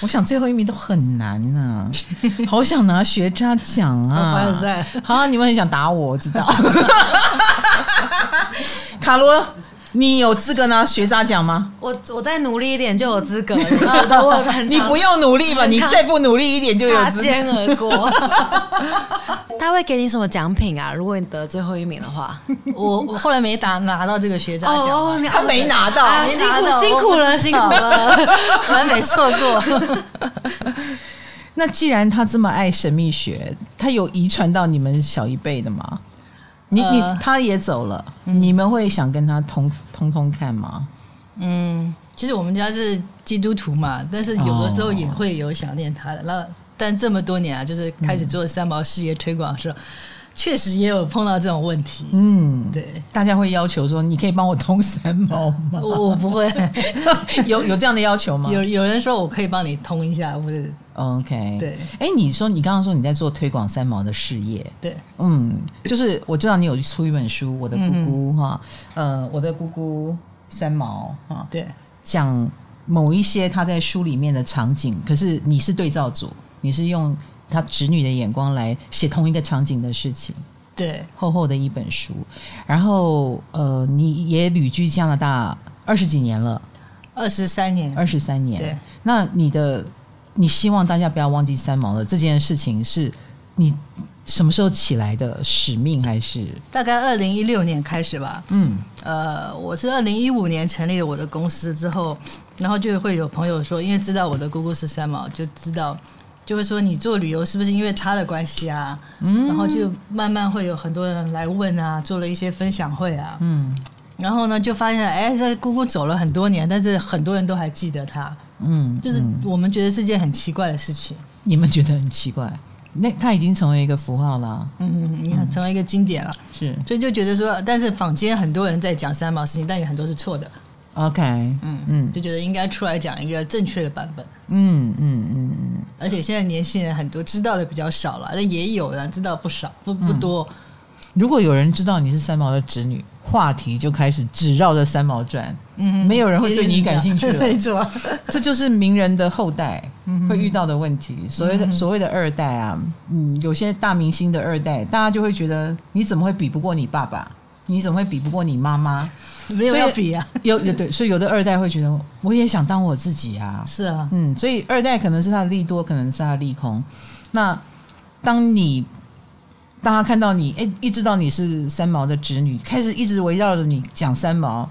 A: 我想最后一名都很难呐、好想拿学渣奖
B: (laughs)
C: 我凡
A: 啊
C: 尔赛！
A: 好、啊，你们很想打我，我知道。 (laughs) 卡罗，你有资格拿学渣奖吗？
B: (laughs) 我我再努力一点就有资 (laughs) 格了，你觉得我很
A: 你
B: 常
A: 不用努力吧？
B: 很
A: 你
B: 常
A: 再不努力一点就有
B: 擦
A: 资格。
B: 肩而过。 (laughs) 他会给你什么奖品啊？如果你得最后一名的话，
C: 我我后来没打拿到这个学渣奖嘛，
A: 他没拿到
B: 哦啊
C: 没
B: 辛
C: 拿
B: 苦
C: 到
B: 辛苦
C: 我
B: 了，
C: 不知
B: 辛苦
C: 道
B: 了。
C: 完美错过。
A: 那既然他这么爱神秘学，他有遗传到你们小一辈的吗？你你
C: 呃
A: 他也走了，你们会想跟他通通通看吗？
C: 嗯，其实我们家是基督徒嘛，但是有的时候也会有想念他的。那但这么多年啊，就是开始做三毛事业推广的时候，确实也有碰到这种问题。
A: 嗯， (laughs)
C: 对，
A: 大家会要求说，你可以帮我通三毛
C: (laughs)
A: 吗？
C: 我我不会。
A: 有有这样的要求吗
C: 有有人说我可以帮你通一下，或者
A: ？OK，
C: 对
A: 哎、你说你刚刚说你在做推广三毛的事业，
C: 对
A: 嗯，就是我知道你有出一本书，《我的姑
C: 嗯
A: 姑》哈、呃，我的姑姑三毛哈，
C: 对
A: 讲某一些他在书里面的场景，可是你是对照组，你是用他侄女的眼光来写同一个场景的事情，
C: 对
A: 厚厚的一本书。然后呃，你也旅居加拿大二十几年了，
C: 二十三年，
A: 二十三
C: 对
A: 年。那你的你希望大家不要忘记三毛了这件事情，是你什么时候起来的使命还是
C: 大概二零一六年开始吧。
A: 嗯
C: 呃，我是二零一五年成立了我的公司之后，然后就会有朋友说，因为知道我的姑姑是三毛，就知道就会说你做旅游是不是因为她的关系啊？然后就慢慢会有很多人来问啊，做了一些分享会啊，
A: 嗯
C: 然后呢就发现，哎，这姑姑走了很多年，但是很多人都还记得她，
A: 嗯，
C: 就是我们觉得是件很奇怪的事情。
A: 你们觉得很奇怪？那他已经成为一个符号啦，
C: 嗯，你看成为一个经典了，
A: 是
C: 所以就觉得说，但是坊间很多人在讲三毛事情，但有很多是错的。
A: OK，
C: 嗯
A: 嗯
C: 嗯，就觉得应该出来讲一个正确的版本。
A: 嗯嗯嗯
C: 而且现在年轻人很多知道的比较少了，但也有人知道不少，不不多。
A: 嗯，如果有人知道你是三毛的侄女，话题就开始只绕着三毛转，
C: 嗯
A: 没有人会对你感兴趣啊了
C: (laughs) 没。错，
A: (laughs) 这就是名人的后代会遇到的问题。所谓的所谓的二代啊，嗯，有些大明星的二代，大家就会觉得你怎么会比不过你爸爸？你怎么会比不过你妈妈？
C: 没有要比啊。
A: 有有对，所以有的二代会觉得我也想当我自己啊。(laughs)
C: 是啊，
A: 嗯，所以二代可能是他的利多，可能是他的利空。那当你当他看到你，哎、一知道你是三毛的侄女，开始一直围绕着你讲三毛，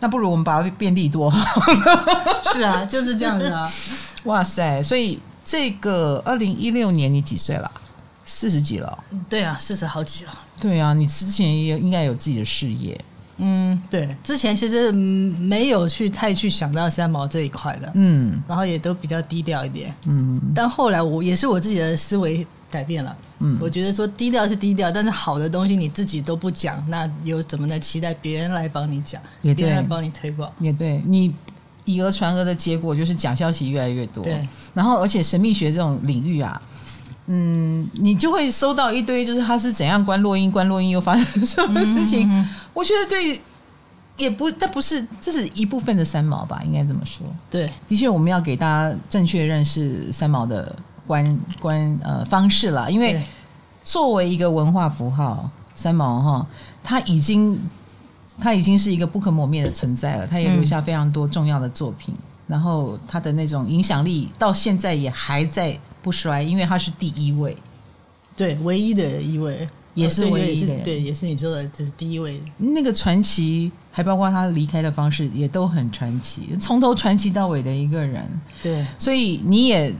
A: 那不如我们把它变利多。 (laughs)
C: 是啊，就是这样子啊。
A: 哇塞！所以这个二零一六年你几岁了？四十几了哦。
C: 对啊，四十好几了。
A: 对啊，你之前也应该有自己的事业。
C: 嗯，对，之前其实嗯没有去太去想到三毛这一块的，
A: 嗯
C: 然后也都比较低调一点。
A: 嗯
C: 但后来我也是我自己的思维改变了，
A: 嗯
C: 我觉得说低调是低调，但是好的东西你自己都不讲，那又怎么能期待别人来帮你讲，
A: 也对
C: 别人来帮你推广？
A: 也对，你以讹传讹的结果就是假消息越来越多。
C: 对，
A: 然后而且神秘学这种领域啊。嗯，你就会收到一堆，就是他是怎样关落音，关落音又发生什么事情？
C: 嗯
A: 我觉得对，也不，但不是，这是一部分的三毛吧，应该这么说。
C: 对，
A: 的确，我们要给大家正确认识三毛的观观呃方式啦，因为
C: 对
A: 作为一个文化符号，三毛哈，他已经他已经是一个不可磨灭的存在了，他也留下非常多重要的作品，然后他的那种影响力到现在也还在不衰，因为他是第一位。
C: 对，唯一的一位，
A: 也是
C: 哦对
A: 唯一的
C: 也是对，也是你说的，就是第一位。
A: 那个传奇，还包括他离开的方式，也都很传奇，从头传奇到尾的一个人。
C: 对，
A: 所以你也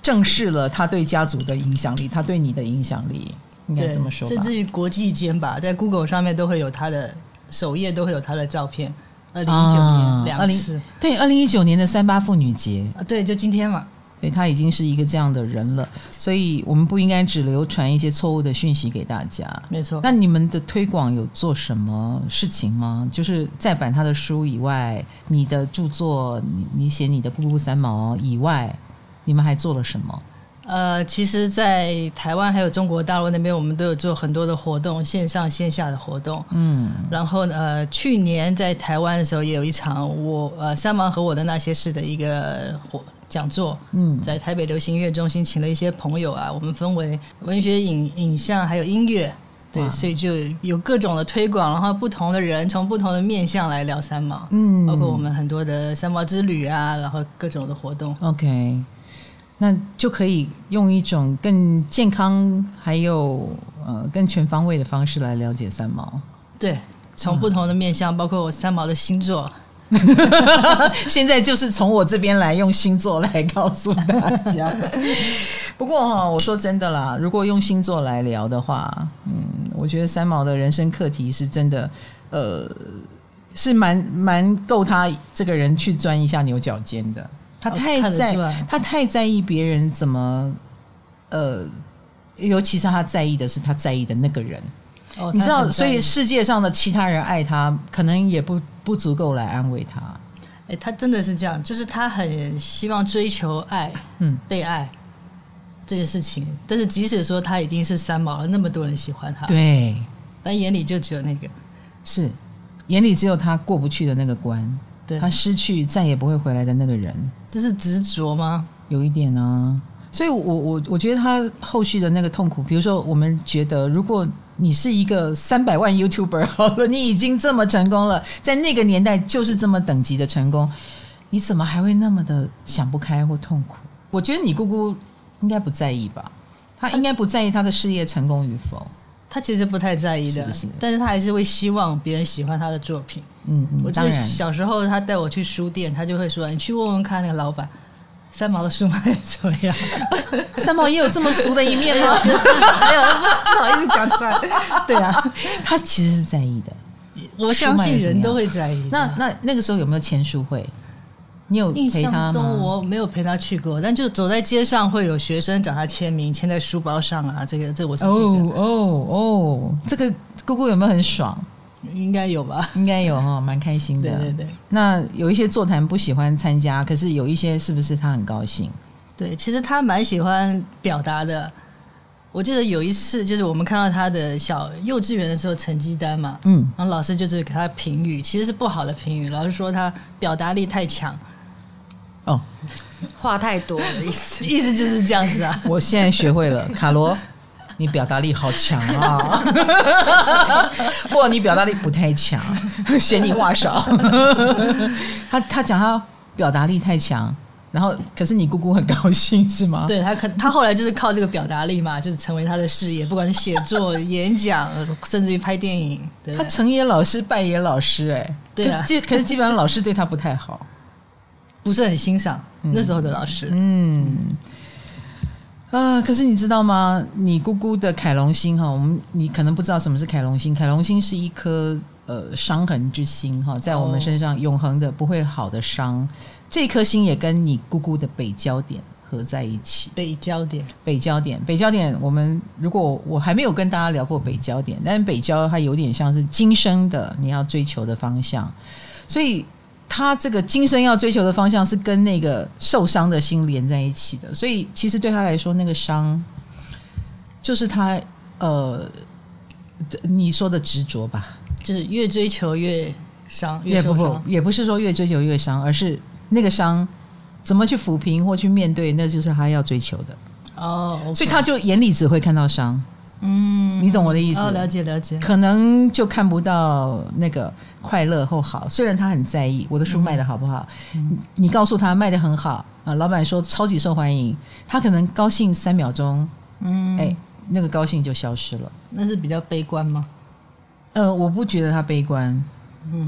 A: 正视了他对家族的影响力，他对你的影响力，应该
C: 对，
A: 这么说
C: 甚
A: 吧？
C: 至于国际间吧，在 Google 上面都会有他的首页都会有他的照片。二零一九
A: 啊
C: 年两
A: 20
C: 次，
A: 对，二零一九年的三八妇女节，
C: 啊对，就今天嘛，
A: 对他已经是一个这样的人了，所以我们不应该只流传一些错误的讯息给大家。
C: 没错。
A: 那你们的推广有做什么事情吗？就是再版他的书以外，你的著作，你你写你的《姑姑三毛》以外，你们还做了什么？
C: 呃，其实，在台湾还有中国大陆那边，我们都有做很多的活动，线上线下的活动。
A: 嗯
C: 然后呃，去年在台湾的时候，也有一场我呃三毛和我的那些事的一个活讲座，
A: 嗯
C: 在台北流行音乐中心请了一些朋友啊，我们分为文学、影影像还有音乐，
A: 哇
C: 对，所以就有各种的推广，然后不同的人从不同的面向来聊三毛，
A: 嗯
C: 包括我们很多的三毛之旅啊，然后各种的活动。
A: OK，那就可以用一种更健康还有呃更全方位的方式来了解三毛。
C: 对，从不同的面
A: 嗯
C: 向，包括我三毛的星座，
A: (laughs) 现在就是从我这边来用星座来告诉大家。 (laughs) 不过哈、我说真的啦，如果用星座来聊的话，嗯，我觉得三毛的人生课题是真的，呃，是蛮蛮够他这个人去钻一下牛角尖的。他
C: 哦
A: 太
C: 看得
A: 在
C: 出来
A: 他太在意别人怎么，呃，尤其是他在意的是他在意的那个人。
C: 哦
A: 你知
C: 他
A: 道，
C: 很
A: 所以
C: 专业
A: 世界上的其他人爱他，可能也不不足够来安慰他。
C: 哎、他真的是这样，就是他很希望追求爱，
A: 嗯，
C: 被爱这件事情。但是即使说他已经是三毛了，那么多人喜欢他，
A: 对，
C: 但眼里就只有那个。
A: 是眼里只有他过不去的那个关，
C: 对，
A: 他失去再也不会回来的那个人，
C: 这是执着吗？
A: 有一点啊。所以我，我我觉得他后续的那个痛苦，比如说，我们觉得如果你是一个三百万 YouTuber (laughs) 好了，你已经这么成功了，在那个年代就是这么等级的成功，你怎么还会那么的想不开或痛苦？我觉得你姑姑应该不在意吧，她应该不在意她的事业成功与否。
C: 他其实不太在意的，
A: 是是
C: 但是他还是会希望别人喜欢他的作品。
A: 嗯
C: 我
A: 嗯，
C: 记
A: 当
C: 得
A: 然，
C: 小时候他带我去书店，他就会说：“你去问问看那个老板，三毛的书卖得怎么样？”
A: 三毛也有这么俗的一面吗？
C: (laughs) 不好意思讲出来。 (laughs) 对啊，
A: (laughs) 他其实是在意的。
C: 我相信人都会在意的。
A: 那那那个时候有没有签书会？你有
C: 印
A: 陪他
C: 象中
A: 吗？
C: 我没有陪他去过，但就走在街上会有学生找他签名，签在书包上啊，这个这个我是记得。
A: 哦哦哦哦，这个姑姑有没有很爽？
C: 应该有吧？
A: 应该有哈，蛮开心
C: 对啊
A: 的。
C: 对对。
A: 那有一些座谈不喜欢参加，可是有一些是不是他很高兴？
C: 对，其实他蛮喜欢表达的。我记得有一次，就是我们看到他的小幼稚园的时候成绩单嘛，
A: 嗯，
C: 然后老师就是给他评语，其实是不好的评语。老师说他表达力太强，
A: 哦，。
B: (laughs) 话太多的意思。
C: 意思就是这样子啊
A: (laughs) 我现在学会了，卡罗，你表达力好强啊！ (laughs) 不，你表达力不太强，嫌你话少。 (laughs) 他他讲他表达力太强，然后可是你姑姑很高兴是吗？，
C: 对他可他后来就是靠这个表达力嘛，就是成为他的事业，不管是写作、演讲，甚至于拍电影，对不
A: 他
C: 对？
A: 成也老师，败也老师、哎，
C: 对啊
A: 可基可是基本上老师对他不太好。
C: 不是很欣赏那时候的老师。
A: 嗯，啊，可是你知道吗？你姑姑的凯龙星哈，我们你可能不知道什么是凯龙星。凯龙星是一颗呃伤痕之心哈，在我们
C: 哦
A: 身上永恒的不会好的伤。这颗星也跟你姑姑的北焦点合在一起。
C: 被焦点，
A: 北焦点，北焦点，我们如果我还没有跟大家聊过北焦点，但是北焦它有点像是今生的你要追求的方向，所以它这个今生要追求的方向是跟那个受伤的心连在一起的，所以其实对他来说，那个伤就是他呃你说的执着吧，
C: 就是越追求越伤，
A: 也
C: 越
A: 不
C: 受
A: 不
C: 伤。
A: 也不是说越追求越伤，而是那个伤怎么去抚平或去面对，那就是他要追求的。
C: 哦，OK，
A: 所以他就眼里只会看到伤。嗯，你懂我的意思？
C: 哦，了解了解。
A: 可能就看不到那个快乐或好。虽然他很在意我的书卖的好不好，
C: 嗯
A: 你你告诉他卖的很好啊，老板说超级受欢迎，他可能高兴三秒钟，嗯，哎、那个高兴就消失了。
C: 那是比较悲观吗？
A: 呃，我不觉得他悲观，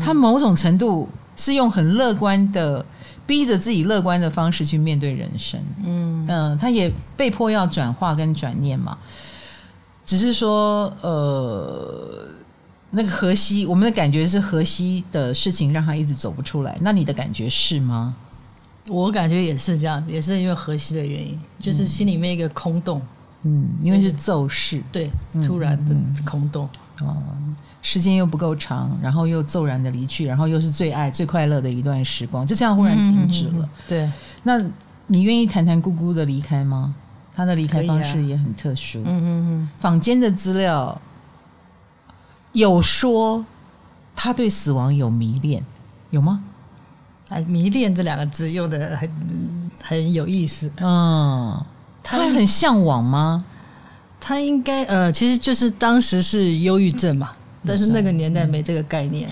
A: 他某种程度是用很乐观的，逼着自己乐观的方式去面对人生。嗯他也被迫要转化跟转念嘛。只是说，呃，那个河西，我们的感觉是河西的事情让他一直走不出来。那你的感觉是吗？
C: 我感觉也是这样，也是因为河西的原因，就是心里面一个空洞，
A: 嗯，因为是奏事
C: 对，突然的空洞，
A: 哦，时间又不够长，然后又骤然的离去，然后又是最爱最快乐的一段时光，就这样忽然停止了。
C: 对，
A: 那你愿意谈谈姑姑的离开吗？她的离开方式也很特殊。
C: 嗯嗯
A: 坊间的资料有说，她对死亡有迷恋，有吗？
C: 嗯，哎，迷恋这两个字用的很很有意思，
A: 嗯，她
C: 她
A: 很向往吗？
C: 他应该呃，其实就是当时是忧郁症嘛，但是那个年代没这个概念，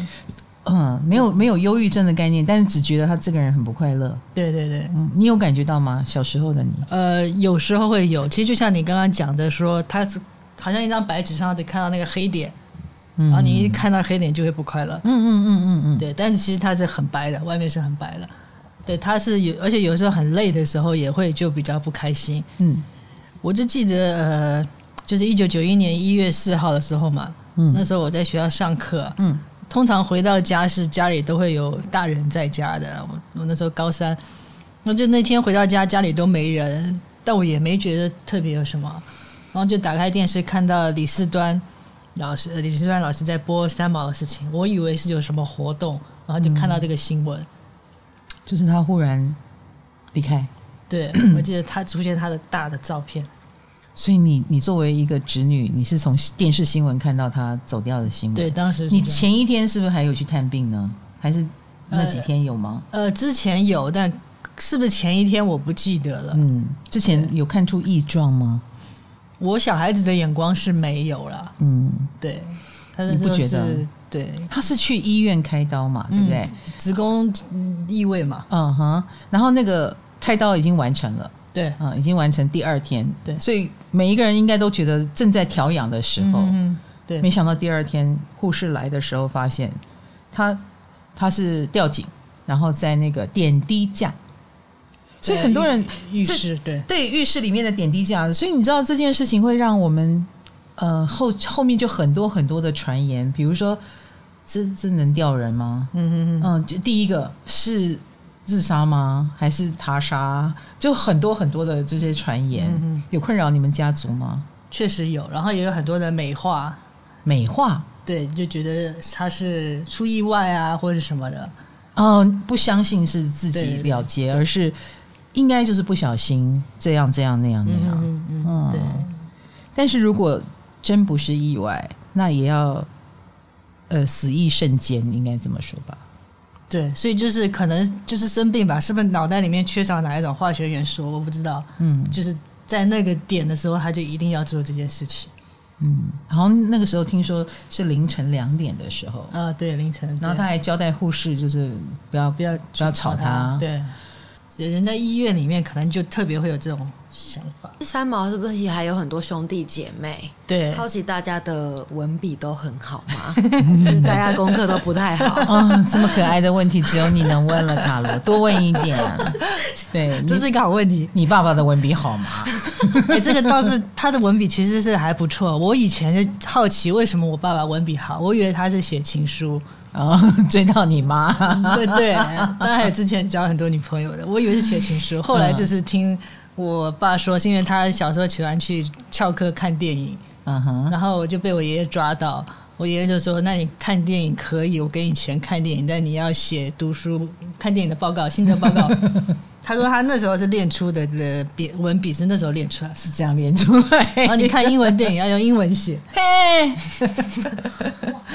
A: 嗯，没有没有忧郁症的概念，但是只觉得她这个人很不快乐。
C: 对对对。
A: 嗯，你有感觉到吗？小时候的你，
C: 呃，有时候会有，其实就像你刚刚讲的说，他是好像一张白纸上只看到那个黑点，
A: 嗯
C: 然后你一看到黑点就会不快乐，
A: 嗯嗯嗯嗯嗯，
C: 对，但是其实它是很白的，外面是很白的。对，它是有，而且有时候很累的时候也会就比较不开心。
A: 嗯
C: 我就记得，呃，就是一九九一年一月四号的时候嘛，
A: 嗯
C: 那时候我在学校上课，
A: 嗯，
C: 通常回到家是家里都会有大人在家的。我我那时候高三，我就那天回到家家里都没人，但我也没觉得特别有什么，然后就打开电视看到李四端老师，呃李四端老师在播三毛的事情，我以为是有什么活动，然后就看到这个新闻。
A: 就是她忽然离开。
C: 对，
A: 嗯
C: 我记得他出现他的大的照片，
A: 所以你你作为一个侄女，你是从电视新闻看到她走掉的新闻。
C: 对，，当时是
A: 你
C: 这样
A: 前一天是不是还有去探病呢？还是那几天有吗？
C: 呃之前有，但是不是前一天我不记得了。
A: 嗯，之前有看出异状吗？
C: 我小孩子的眼光是没有啦，
A: 嗯，
C: 对，他
A: 你
C: 那
A: 不
C: 时候
A: 觉得
C: 是对
A: 她是去医院开刀嘛，对不对？
C: 子宫嗯异位嘛，
A: 嗯哼，然后那个开刀已经完成了，
C: 对，
A: 嗯，已经完成第二天，
C: 对
A: 所以每一个人应该都觉得正在调养的时候，
C: 嗯嗯对
A: 哦没想到第二天护士来的时候发现她她是吊颈，然后在那个点滴架，所以
C: 对
A: 很多人
C: 浴
A: 这
C: 室对
A: 对浴室里面的点滴架，所以你知道这件事情会让我们呃后后面就很多很多的传言，比如说这这能吊人吗？嗯嗯嗯，就第一个是自杀吗？还是他杀？就很多很多的这些传言，有困扰你们家族吗？
C: 确实有，然后也有很多的美化，
A: 美化，
C: 对，就觉得他是出意外啊，或者什么的。
A: 嗯，不相信是自己
C: 对
A: 了结，而是应该就是不小心这样这样那样那
C: 嗯
A: 样。
C: 嗯嗯
A: 嗯
C: 嗯，对，
A: 但是如果真不是意外，那也要呃死意瞬间，应该这么说吧？
C: 对，所以就是可能就是生病吧，是不是脑袋里面缺少哪一种化学元素？我不知道。
A: 嗯
C: 就是在那个点的时候，他就一定要做这件事情。
A: 嗯，然后那个时候听说是凌晨两点的时候，
C: 啊，对，凌晨。
A: 然后
C: 对
A: 他还交代护士就是不要
C: 不要
A: 不要吵他
C: 对，人在医院里面可能就特别会有这种想法。
B: 三毛是不是也还有很多兄弟姐妹？
C: 对
B: 好奇大家的文笔都很好 (laughs) 吗？还是大家功课都不太 (laughs) 好？
A: 啊、这么可爱的问题只有你能问了，卡罗，多问一
C: (laughs)
A: 点。对，
C: 这
A: 你
C: 是一个好问
A: (laughs)。
C: 题
A: 你爸爸的文笔好吗？
C: 哎、这个倒是他的文笔其实是还不错。我以前就好奇为什么我爸爸文笔好，我以为他是写
A: (laughs)
C: 情书。
A: 啊、追到你妈，
C: 嗯对对，当然还有之前交很多女朋友的，我以为是写情书，后来就是听我爸说，是因为他小时候喜欢去翘课看电影，
A: 嗯哼，
C: 然后我就被我爷爷抓到。我爷爷就说：“那你看电影可以，我给你钱看电影，但你要写读书看电影的报告、心得
A: (laughs)
C: 报告。”他说他那时候是练出的，这笔文笔是那时候练出来的。
A: 是这样连出来。
C: 然后
A: (laughs)
C: 啊你看英文电影要用英文写，
A: 嘿，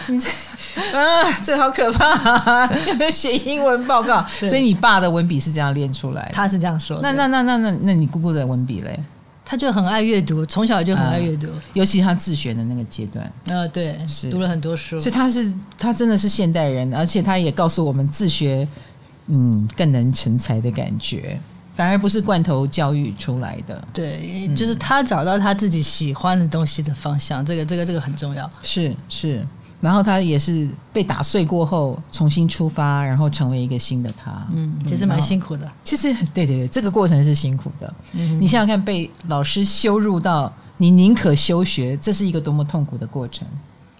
A: 你这 (laughs) 啊，这好可怕、啊！写英文报告，
C: 对
A: 所以你爸的文笔是这样练出来的。
C: 他是这样说的。
A: 那那那那那那你姑姑的文笔嘞？
C: 他就很爱阅读，从小就很爱阅读。
A: 尤其他自学的那个阶段，
C: 呃，对
A: 嗯是，
C: 读了很多书
A: 所以。他是他真的是现代人，而且他也告诉我们自学，嗯，更能成才的感觉，反而不是罐头教育出来的。
C: 对，
A: 嗯
C: 就是他找到他自己喜欢的东西的方向，这个这个这个很重要。
A: 是是，然后他也是被打碎过后重新出发，然后成为一个新的他。
C: 嗯，其实蛮辛苦的。
A: 其实对对对，这个过程是辛苦的。
C: 嗯
A: 你想想看，被老师羞辱到你宁可休学，这是一个多么痛苦的过程。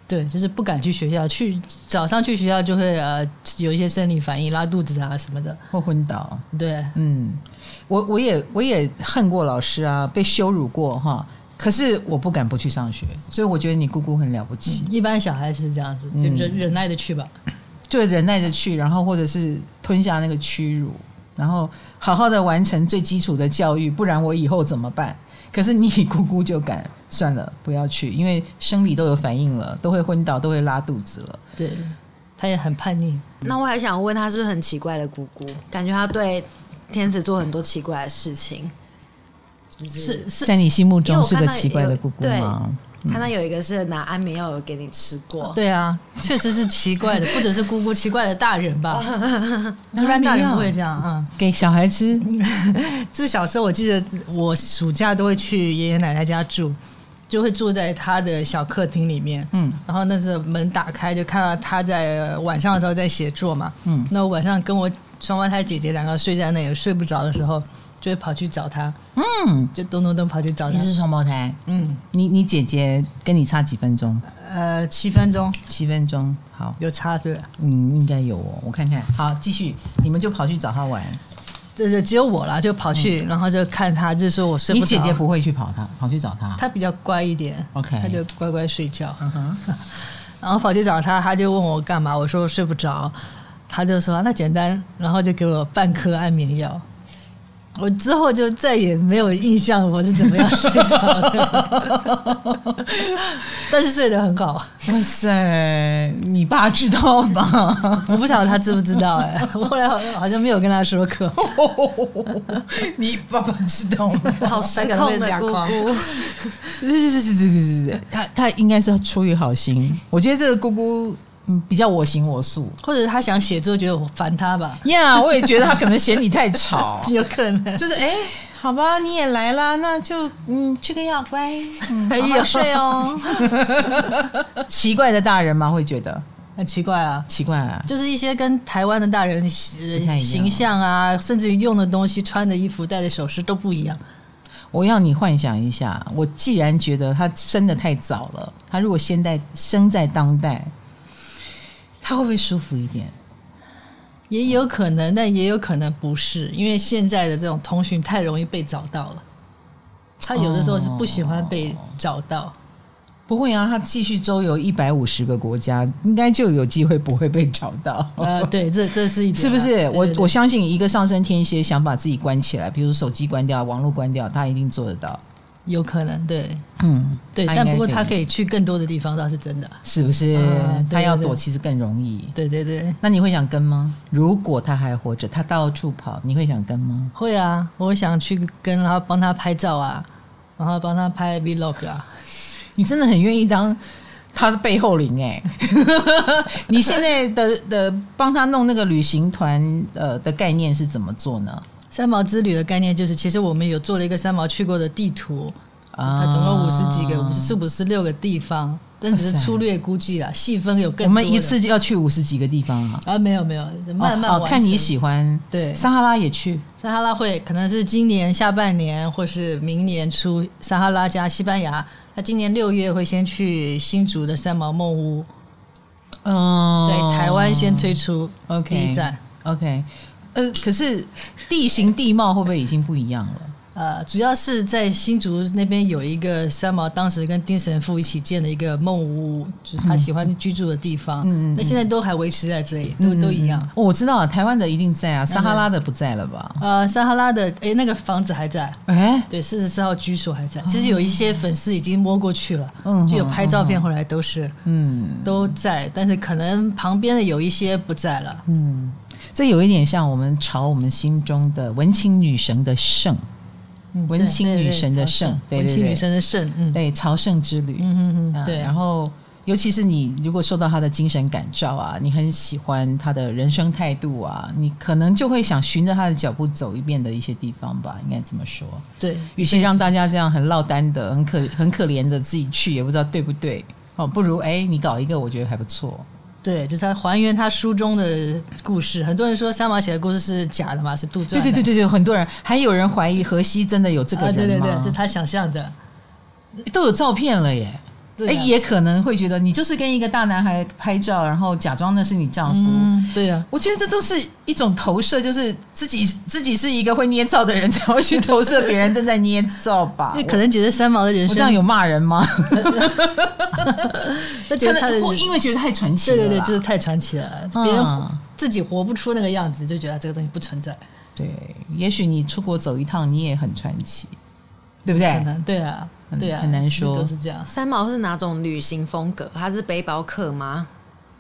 C: 对，就是不敢去学校，去早上去学校就会呃有一些生理反应，拉肚子啊什么的。
A: 或昏倒，
C: 对，
A: 嗯，我我也我也恨过老师啊，被羞辱过哈。可是我不敢不去上学，所以我觉得你姑姑很了不起，
C: 一般小孩是这样子，就
A: 嗯
C: 忍忍耐的去吧。
A: 就忍耐着去，然后或者是吞下那个屈辱，然后好好的完成最基础的教育，不然我以后怎么办？可是你姑姑就敢算了，不要去，因为生理都有反应了，都会昏倒，都会拉肚子了。
C: 对，他也很叛逆。
B: 那我还想问，她是不是很奇怪的姑姑？感觉她对天使做很多奇怪的事情。
C: 是是
A: 在你心目
B: 因为
A: 中
B: 我
A: 是
B: 看
A: 个
B: 到
A: 奇怪的
B: 有
A: 姑姑
B: 对
A: 吗？
B: 看到有一个是拿安眠药有给你吃过，
C: 对啊，确实是奇怪 (laughs) 的，不只是姑姑，奇怪的大人 (laughs) 吧，一般大人不会这样啊、
A: 给小孩吃，
C: 嗯。 (laughs) 就是小时候，我记得我暑假都会去爷爷奶奶家住，就会住在他的小客厅里面。
A: 嗯
C: 然后那时候门打开，就看到他在呃晚上的时候在写作嘛。
A: 嗯
C: 那我晚上跟我双胞胎姐姐两个睡在那里睡不着的时候，就会跑去找他，
A: 嗯，
C: 就咚咚咚跑去找
A: 你
C: 他。
A: 是双胞胎，
C: 嗯，
A: 你你姐姐跟你差几分钟？
C: 呃，七分钟
A: 七分钟，好，
C: 有差对吧？
A: 嗯，应该有哦，我看看。好，继续，你们就跑去找他玩。
C: 这这只有我啦，就跑去，然后就看他，就说我
A: 嗯
C: 睡
A: 你
C: 不着。
A: 姐姐不会去跑他，跑去找他。
C: 她比较乖一点
A: OK
C: 她就乖乖睡觉。
A: 嗯哼，
C: (laughs) 然后跑去找她，她就问我干嘛，我说我睡不着，她就说那简单，然后就给我半颗安眠药。我之后就再也没有印象我是怎么样睡着的， (laughs) 但是睡得很好。
A: 哇塞，你爸知道吗？
C: 我不晓得她知不知道哎、我后来好像好像没有跟她说过。
A: (laughs) 你爸爸知道吗？
B: 好失控的姑
C: 大概被
B: 姑。
A: 是 (laughs) 是是是是是，他他应该是出于好心。我觉得这个姑姑嗯比较我行我素。
C: 或者她想写作，觉得我烦她吧，
A: 呀、我也觉得他可能嫌你太吵。 (laughs)
C: 有可能。
A: 就是哎、好吧，你也来啦，那就嗯，吃个药，乖，嗯，
C: 哎
A: 好好
C: 呦
A: 睡哦。奇怪的大人嘛，会觉得
C: (laughs) 很奇怪啊，
A: 奇怪啊，
C: 就是一些跟台湾的大人
A: 不太一样
C: 呃形象啊，甚至于用的东西、穿的衣服、戴的首饰都不一样。
A: 我要你幻想一下，我既然觉得他生的太早了，他如果现在生在当代，他会不会舒服一点？
C: 也有可能，但也有可能不是，因为现在的这种通讯太容易被找到了。他有的时候是不喜欢被找到，
A: 不会啊，他继续周游一百五十个国家，应该就有机会不会被找
C: (laughs)
A: 到。
C: 呃，对，这这是一点啊
A: 哦是不是？我
C: 对对对
A: 我相信一个上升天蝎想把自己关起来，比如手机关掉、网络关掉，他一定做得到。
C: 有可能对
A: 嗯，
C: 对，
A: 他应该
C: 但不过
A: 可以
C: 他可以去更多的地方，倒是真的。
A: 是不是？
C: 啊对
A: 他要
C: 对
A: 躲
C: 对
A: 其实更容易。
C: 对对对，
A: 那你会想跟吗？如果他还活着，他到处跑，你会想跟吗？
C: 会啊，我想去跟然后帮他拍照啊，然后帮他拍 vlog 啊。
A: 你真的很愿意当他的背后灵
C: (laughs)
A: 哎、你现在的的帮他弄那个旅行团呃的概念是怎么做呢？
C: 三毛之旅的概念就是，其实我们有做了一个三毛去过的地图，
A: 啊
C: 它总共五十几个、五十四、五十六个地方，但只
A: 哇
C: 是
A: 塞
C: 粗略估计啦，细分有更多的。
A: 我们一次就要去五十几个地方啊，
C: 啊，没有没有，慢慢
A: 哦
C: 完
A: 哦
C: 成
A: 看你喜欢。
C: 对
A: 撒哈拉也去，
C: 撒哈拉会可能是今年下半年或是明年初，撒哈拉加西班牙。那今年六月会先去新竹的三毛梦屋，
A: 嗯，
C: 在台湾先推出
A: OK
C: 第一站。
A: 哦 OK，呃，可是地形地貌会不会已经不一样了？
C: 呃，主要是在新竹那边有一个三毛，当时跟丁神父一起建的一个梦屋，就是他喜欢居住的地方。
A: 嗯嗯嗯
C: 那现在都还维持在这里，都、都一样。
A: 哦我知道啊台湾的一定在啊，撒哈拉的不在了吧？
C: 呃，撒哈拉的诶，那个房子还在，
A: 哎、
C: 对，四十四号居所还在。
A: 哦
C: 其实有一些粉丝已经摸过去了，
A: 嗯
C: 就有拍照片回来，都是
A: 嗯
C: 都在，但是可能旁边的有一些不在了。
A: 嗯，这有一点像我们朝我们心中的文青女神的圣，
C: 嗯
A: 文青女神的圣对对
C: 文青
A: 对
C: 女神的圣，嗯
A: 对，朝圣之旅。
C: 嗯嗯
A: 啊
C: 嗯，对
A: 然。后尤其是你如果受到他的精神感召啊，你很喜欢他的人生态度啊，你可能就会想循着他的脚步走一遍的一些地方吧，应该这么说。
C: 对，
A: 与其让大家这样很落单的、很可很可怜的自己去，也不知道对不对。哦，不如哎，你搞一个，我觉得还不错。
C: 对，就是他还原他书中的故事。很多人说三毛写的故事是假的嘛，是杜撰的。
A: 对对对对对，很多人还有人怀疑荷西真的有这个
C: 啊，
A: 人吗？
C: 对对对，就他想象的。
A: 都有照片了耶。哎、
C: 对啊
A: 也可能会觉得你就是跟一个大男孩拍照，然后假装那是你丈夫。
C: 嗯，对呀、
A: 我觉得这都是一种投射，就是自己自己是一个会捏造的人，才会去投射别人正在捏造吧
C: (laughs) 啊，因。为可能觉得三毛的人
A: 我我
C: 生
A: 这样有骂人吗？
C: 他觉
A: 可
C: 得他的
A: 能
C: 人
A: 或因为觉得太传奇
C: 对
A: 了
C: 对对，
A: 啦
C: 就是太传奇了，
A: 嗯
C: 别人活自己活不出那个样子，就觉得这个东西不存在，
A: 对。也许你出国走一趟，你也很传奇，对不
C: 可
A: 对？
C: 能对啊
A: 很，
C: 对啊，
A: 嗯很难说
C: 其实都是这样。
B: 三毛是哪种旅行风格？他是背包客吗？ (laughs)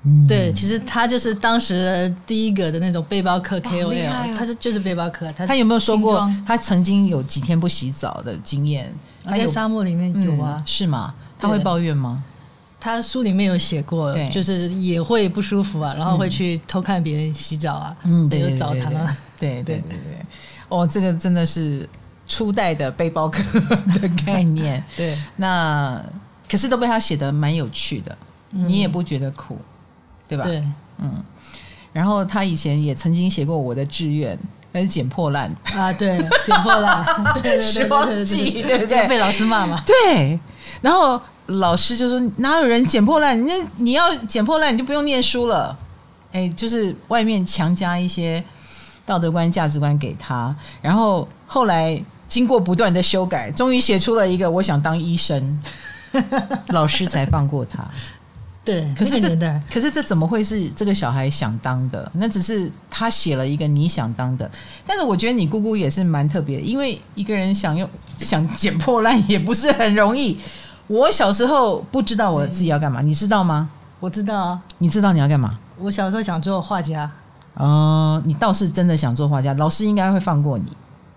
A: 嗯
C: 对，其实他就是当时第一个的那种背包客
B: 厉害
C: KOL，
B: 哦
C: 他是就是背包客，他
A: 他有没有说
C: 轻
A: 过
C: 装
A: 他曾经有几天不洗澡的经验？他
C: 在
A: 有
C: 沙漠里面有啊
A: 嗯？，是吗？他会
C: 对
A: 抱怨吗？
C: 他书里面有写过
A: 对，
C: 就是也会不舒服啊，然后会去偷看别人洗澡啊，
A: 嗯，对，
C: 有澡堂啊，
A: (laughs) 对对对
C: 对
A: 对对，哦，这个真的是初代的背包客 (laughs) 的概念。
C: 对，
A: 那可是都被他写的蛮有趣的，你也不觉得苦，嗯对吧？
C: 对，
A: 嗯。然后他以前也曾经写过我的志愿，但是捡破烂，
C: 啊，对，剪
A: (laughs)
C: 破了，对对
A: 时
C: 对
A: 光
C: 对
A: 机
C: 对
A: 对不对
C: 就被老师骂嘛，
A: 对。然后老师就说：“哪有人捡破烂？那你要捡破烂，你就不用念书了。”哎，就是外面强加一些道德观、价值观给他。然后后来经过不断的修改，终于写出了一个“我想当医生”， (laughs) 老师才放过他。
C: 对，
A: 可是
C: 那个
A: 这
C: 年代，
A: 可是这怎么会是这个小孩想当的？那只是他写了一个你想当的，但是我觉得你姑姑也是蛮特别的，因为一个人想用想捡破烂也不是很容易。我小时候不知道我自己要干嘛，你知道吗？
C: 我知道啊，
A: 你知道你要干嘛？
C: 我小时候想做画家，
A: 哦、你倒是真的想做画家，老师应该会放过你，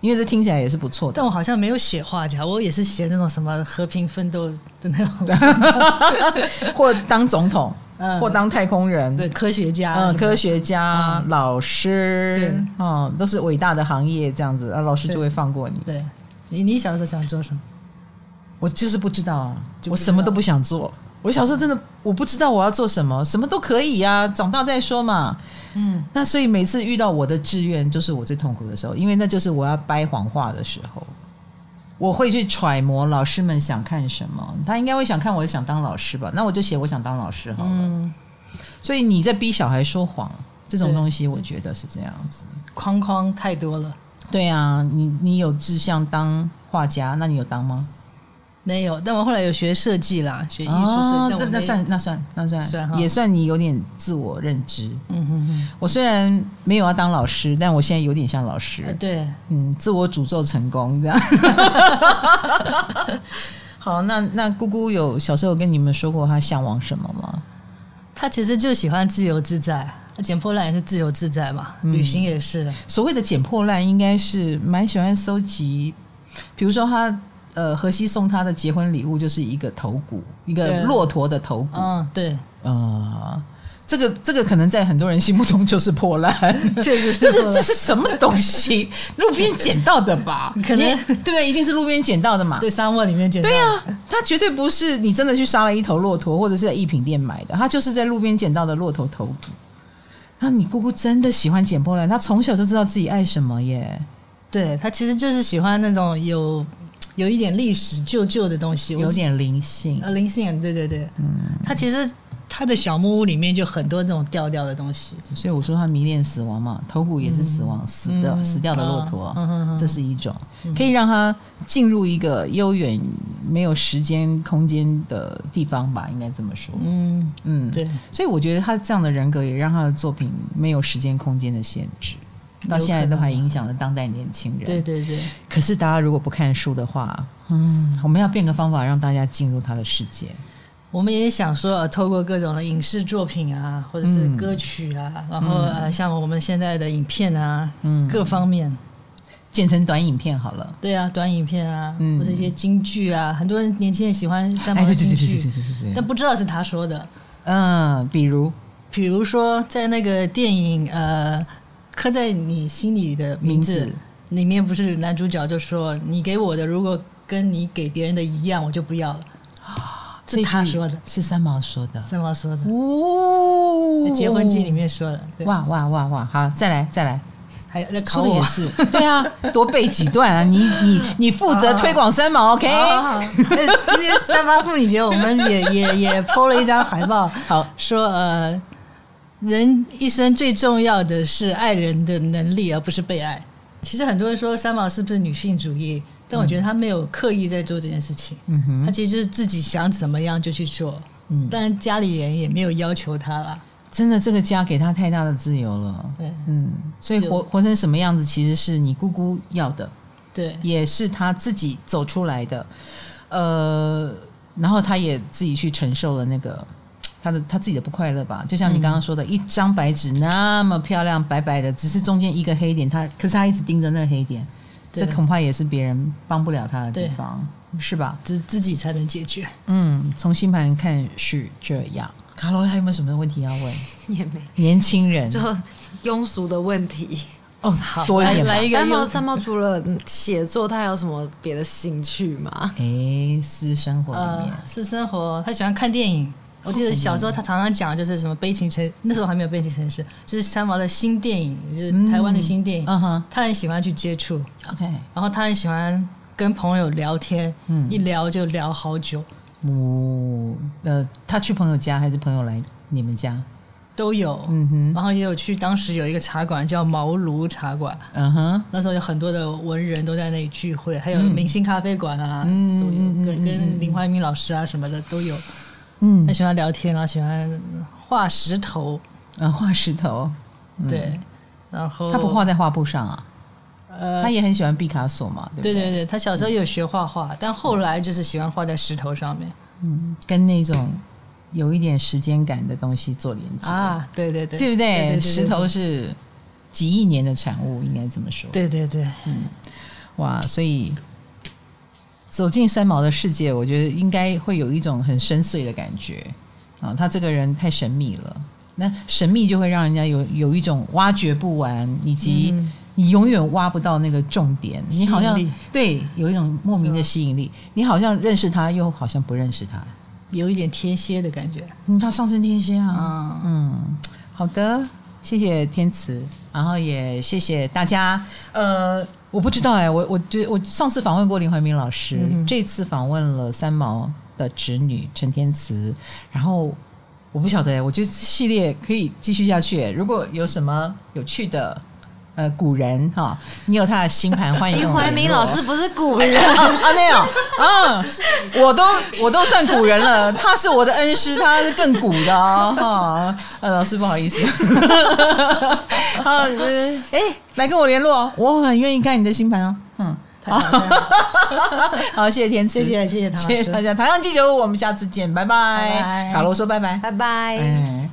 A: 因为这听起来也是不错的。
C: (laughs) 但我好像没有写画家，我也是写那种什么和平奋斗的那种，
A: (laughs) 或当总统，
C: 嗯
A: 或当太空人，
C: 对科学家，
A: 嗯，科
C: 学，
A: 学家、
C: 嗯
A: 老师，
C: 对
A: 哦、都是伟大的行业，这样子，啊，老师就
C: 对
A: 会放过你。
C: 对你你小时候想做什么？
A: 我就是不知道啊，
C: 就
A: 我
C: 不知道
A: 什么都不想做。我小时候真的我不知道我要做什么，什么都可以啊，长大再说嘛。
C: 嗯，
A: 那所以每次遇到我的志愿，就是我最痛苦的时候，因为那就是我要掰谎话的时候。我会去揣摩老师们想看什么，他应该会想看我想当老师吧？那我就写我想当老师好了。所以你在逼小孩说谎这种
C: 对
A: 东西，我觉得是这样子。
C: 框框太多了，
A: 对啊，你你有志向当画家，那你有当吗？
C: 没有，但我后来有学设计啦，学艺术设计，
A: 哦，
C: 但我
A: 那那
C: 没
A: 算那算那算
C: 算哈
A: 也算你有点自我认知。
C: 嗯嗯
A: 我虽然没有要当老师，但我现在有点像老
C: 嗯，呃
A: 师，
C: 对，
A: 嗯，自我诅咒成功
C: (laughs)
A: 这样。好，那那姑姑有小时候有跟你们说过她向往什么吗？
C: 他其实就喜欢自由自在，捡破烂也是自由自在嘛，
A: 嗯
C: 旅行也是的。
A: 所谓的捡破烂，应该是蛮喜欢收集，比如说她呃，荷西送她的结婚礼物就是一个头骨，一
C: 对
A: 个
C: 啊
A: 骆驼的头骨，
C: 嗯，对，
A: 呃，这个这个可能在很多人心目中就是破烂。
C: (laughs) 确
A: (laughs)
C: 实
A: 这
C: 是
A: 是这
C: 破烂。
A: 是什么东西？路边捡到的吧？
C: 可能
A: 因为对不对？一定是路边捡到的嘛。
C: 对沙漠里面捡
A: 啊
C: 到
A: 对
C: 的，
A: 呀、它绝对不是你真的去杀了一头骆驼，或者是在一品店买的，它就是在路边捡到的骆驼头骨。那你姑姑真的喜欢捡破烂，她从小就知道自己爱什么耶。
C: 对他其实就是喜欢那种有有一点历史旧旧的东西，我
A: 有点嗯灵性，
C: 呃灵性，对对对，他其实他的小木屋里面就很多这种调调的东西，
A: 所以我说她迷恋死亡嘛，头骨也是死亡，死的、
C: 嗯
A: 死掉的骆驼，
C: 嗯嗯嗯
A: 这是一种可以让她进入一个悠远、没有时间、空间的地方吧，应该这么说。
C: 嗯，
A: 嗯，
C: 对，
A: 所以我觉得他这样的人格也让他的作品没有时间空间的限制，到现在都还影响了当代年轻人。
C: 啊对，对对，
A: 可是大家如果不看书的话，嗯，我们要变个方法让大家进入他的世界。
C: 我们也想说，呃，透过各种的影视作品啊，或者
A: 嗯
C: 是歌曲啊，然后呃，像我们现在的影片啊，
A: 嗯，
C: 各方面，
A: 剪成短影片好了。
C: 对啊，短影片啊，
A: 嗯
C: 或者一些京剧啊，很多人年轻人喜欢三毛
A: 哎对
C: 的
A: 对
C: 京
A: 对对对对
C: 剧，
A: 对对
C: 但。不知道是他说的。
A: 嗯，比如
C: 比如说，在那个电影呃，刻在你心里的名字
A: 名字
C: 里面，不是男主角就说：“你给我的如果跟你给别人的一样，我就不要了。”是他
A: 这句
C: 说的，
A: 是三毛说的。
C: 三毛说的，
A: 哦
C: 在结婚季里面说的。对，
A: 哇哇哇哇！好，再来再来。
C: 还有在考
A: 说的
C: 我
A: 也。是， (laughs) 对啊，多背几段啊！你你你负责推广三毛，OK？
C: 好哦好好哎今天三八妇女节，我们也也也 PO 了一张海报，
A: 好，
C: 说呃，人一生最重要的是爱人的能力，而不是被爱。其实很多人说三毛是不是女性主义，但我觉得她没有刻意在做这件事情，
A: 嗯哼。
C: 她其实就是自己想怎么样就去做。
A: 嗯
C: 当然家里人也没有要求她啦。
A: 真的，这个家给他太大的自由了。
C: 对
A: 嗯，所以
C: 自由
A: 活活成什么样子，其实是你姑姑要的，
C: 对
A: 也是他自己走出来的。呃，然后他也自己去承受了那个他的他自己的不快乐吧。就像你刚刚说的，一张白纸那么漂亮，白白的，只是中间一个黑点，他可是他一直盯着那个黑点，
C: 对
A: 这恐怕也是别人帮不了他的地方，是吧？
C: 只自己才能解决。
A: 嗯，从星盘看是这样。卡罗还有没有什么问题要问？
B: 也没
A: 年轻人
B: 就庸俗的问题。
A: 哦，
C: 好，
A: 多一
C: 来
A: 点吧
C: 来一个
B: 三毛，
C: 用，
B: 三毛除了写作，他还有什么别的兴趣吗？
A: 哎，私生活里
C: 呃
A: 面，，
C: 私生活，他喜欢看电影。我记得小时候他常常讲，就是什么《悲情
A: 嗯
C: 城》，那时候还没有《悲情城市》，就是三毛的新电影，就是台湾的新电影。
A: 嗯哼
C: 他很喜欢去接触，
A: ，OK，
C: 然后他很喜欢跟朋友聊天，
A: 嗯
C: 一聊就聊好久，
A: 我呃，他去朋友家还是朋友来你们家？
C: 都有。
A: 嗯哼，
C: 然后也有去，当时有一个茶馆叫茅庐茶馆，
A: 嗯哼，
C: 那时候有很多的文人都在那里聚会，还有
A: 嗯
C: 明星咖啡馆啊，
A: 嗯
C: 都
A: 嗯嗯
C: 有
A: 嗯
C: 跟跟林怀民老师啊什么的都有。他
A: 嗯，
C: 喜欢聊天啊，喜欢画石头，
A: 呃，画石头，嗯
C: 对，然后
A: 他不画在画布上啊，
C: 呃
A: 他，也很喜欢毕卡索嘛，对不
C: 对
A: 对？
C: 对对，他小时候有学画画，但后来就是喜欢画在石头上面
A: 嗯，跟那种有一点时间感的东西做连接，
C: 啊，对对对，
A: 对不
C: 对
A: 对？
C: 对
A: 石头，是几亿年的产物，应该这么说。
C: 对对对，
A: 哇，所以走进三毛的世界，我觉得应该会有一种很深邃的感觉啊。他这个人太神秘了，那神秘就会让人家有有一种挖掘不完，以及
C: 嗯
A: 你永远挖不到那个重点。你好像
C: 吸引力
A: 对有一种莫名的
C: 啊是吧啊
A: 吸引力，你好像认识他，又好像不认识他。
C: 有一点天蝎的感觉，
A: 嗯，他上升天蝎啊，
C: 嗯，
A: 嗯，好的，谢谢天慈，然后也谢谢大家。呃，我不知道哎、我我觉得我上次访问过林怀民老师，
C: 嗯哼
A: 这次访问了三毛的侄女陈天慈，然后我不晓得哎、我觉得这系列可以继续下去、哎如果有什么有趣的。呃古人哈、你有他的星盘，欢
C: 哎
A: 迎
B: (laughs) 林
A: 跟我
B: 怀
A: 联
B: 民
A: 络
B: 老师不是古人，
A: 啊啊那样啊，我都我都算古人了，他是我的恩师，他是更古的啊。哈呃、老师不好意思， (laughs) 啊，呃哎、来跟我联络，我很愿意看你的星盘哦。嗯，
C: 太好了，
A: (laughs) 好，谢谢天赐，
C: 谢谢谢谢唐老
A: 谢谢大
C: 师，
A: 家，台上记者，我们下次见，拜拜。哎
C: 拜拜哎
A: 卡罗说拜拜。
B: 拜拜。
A: 哎。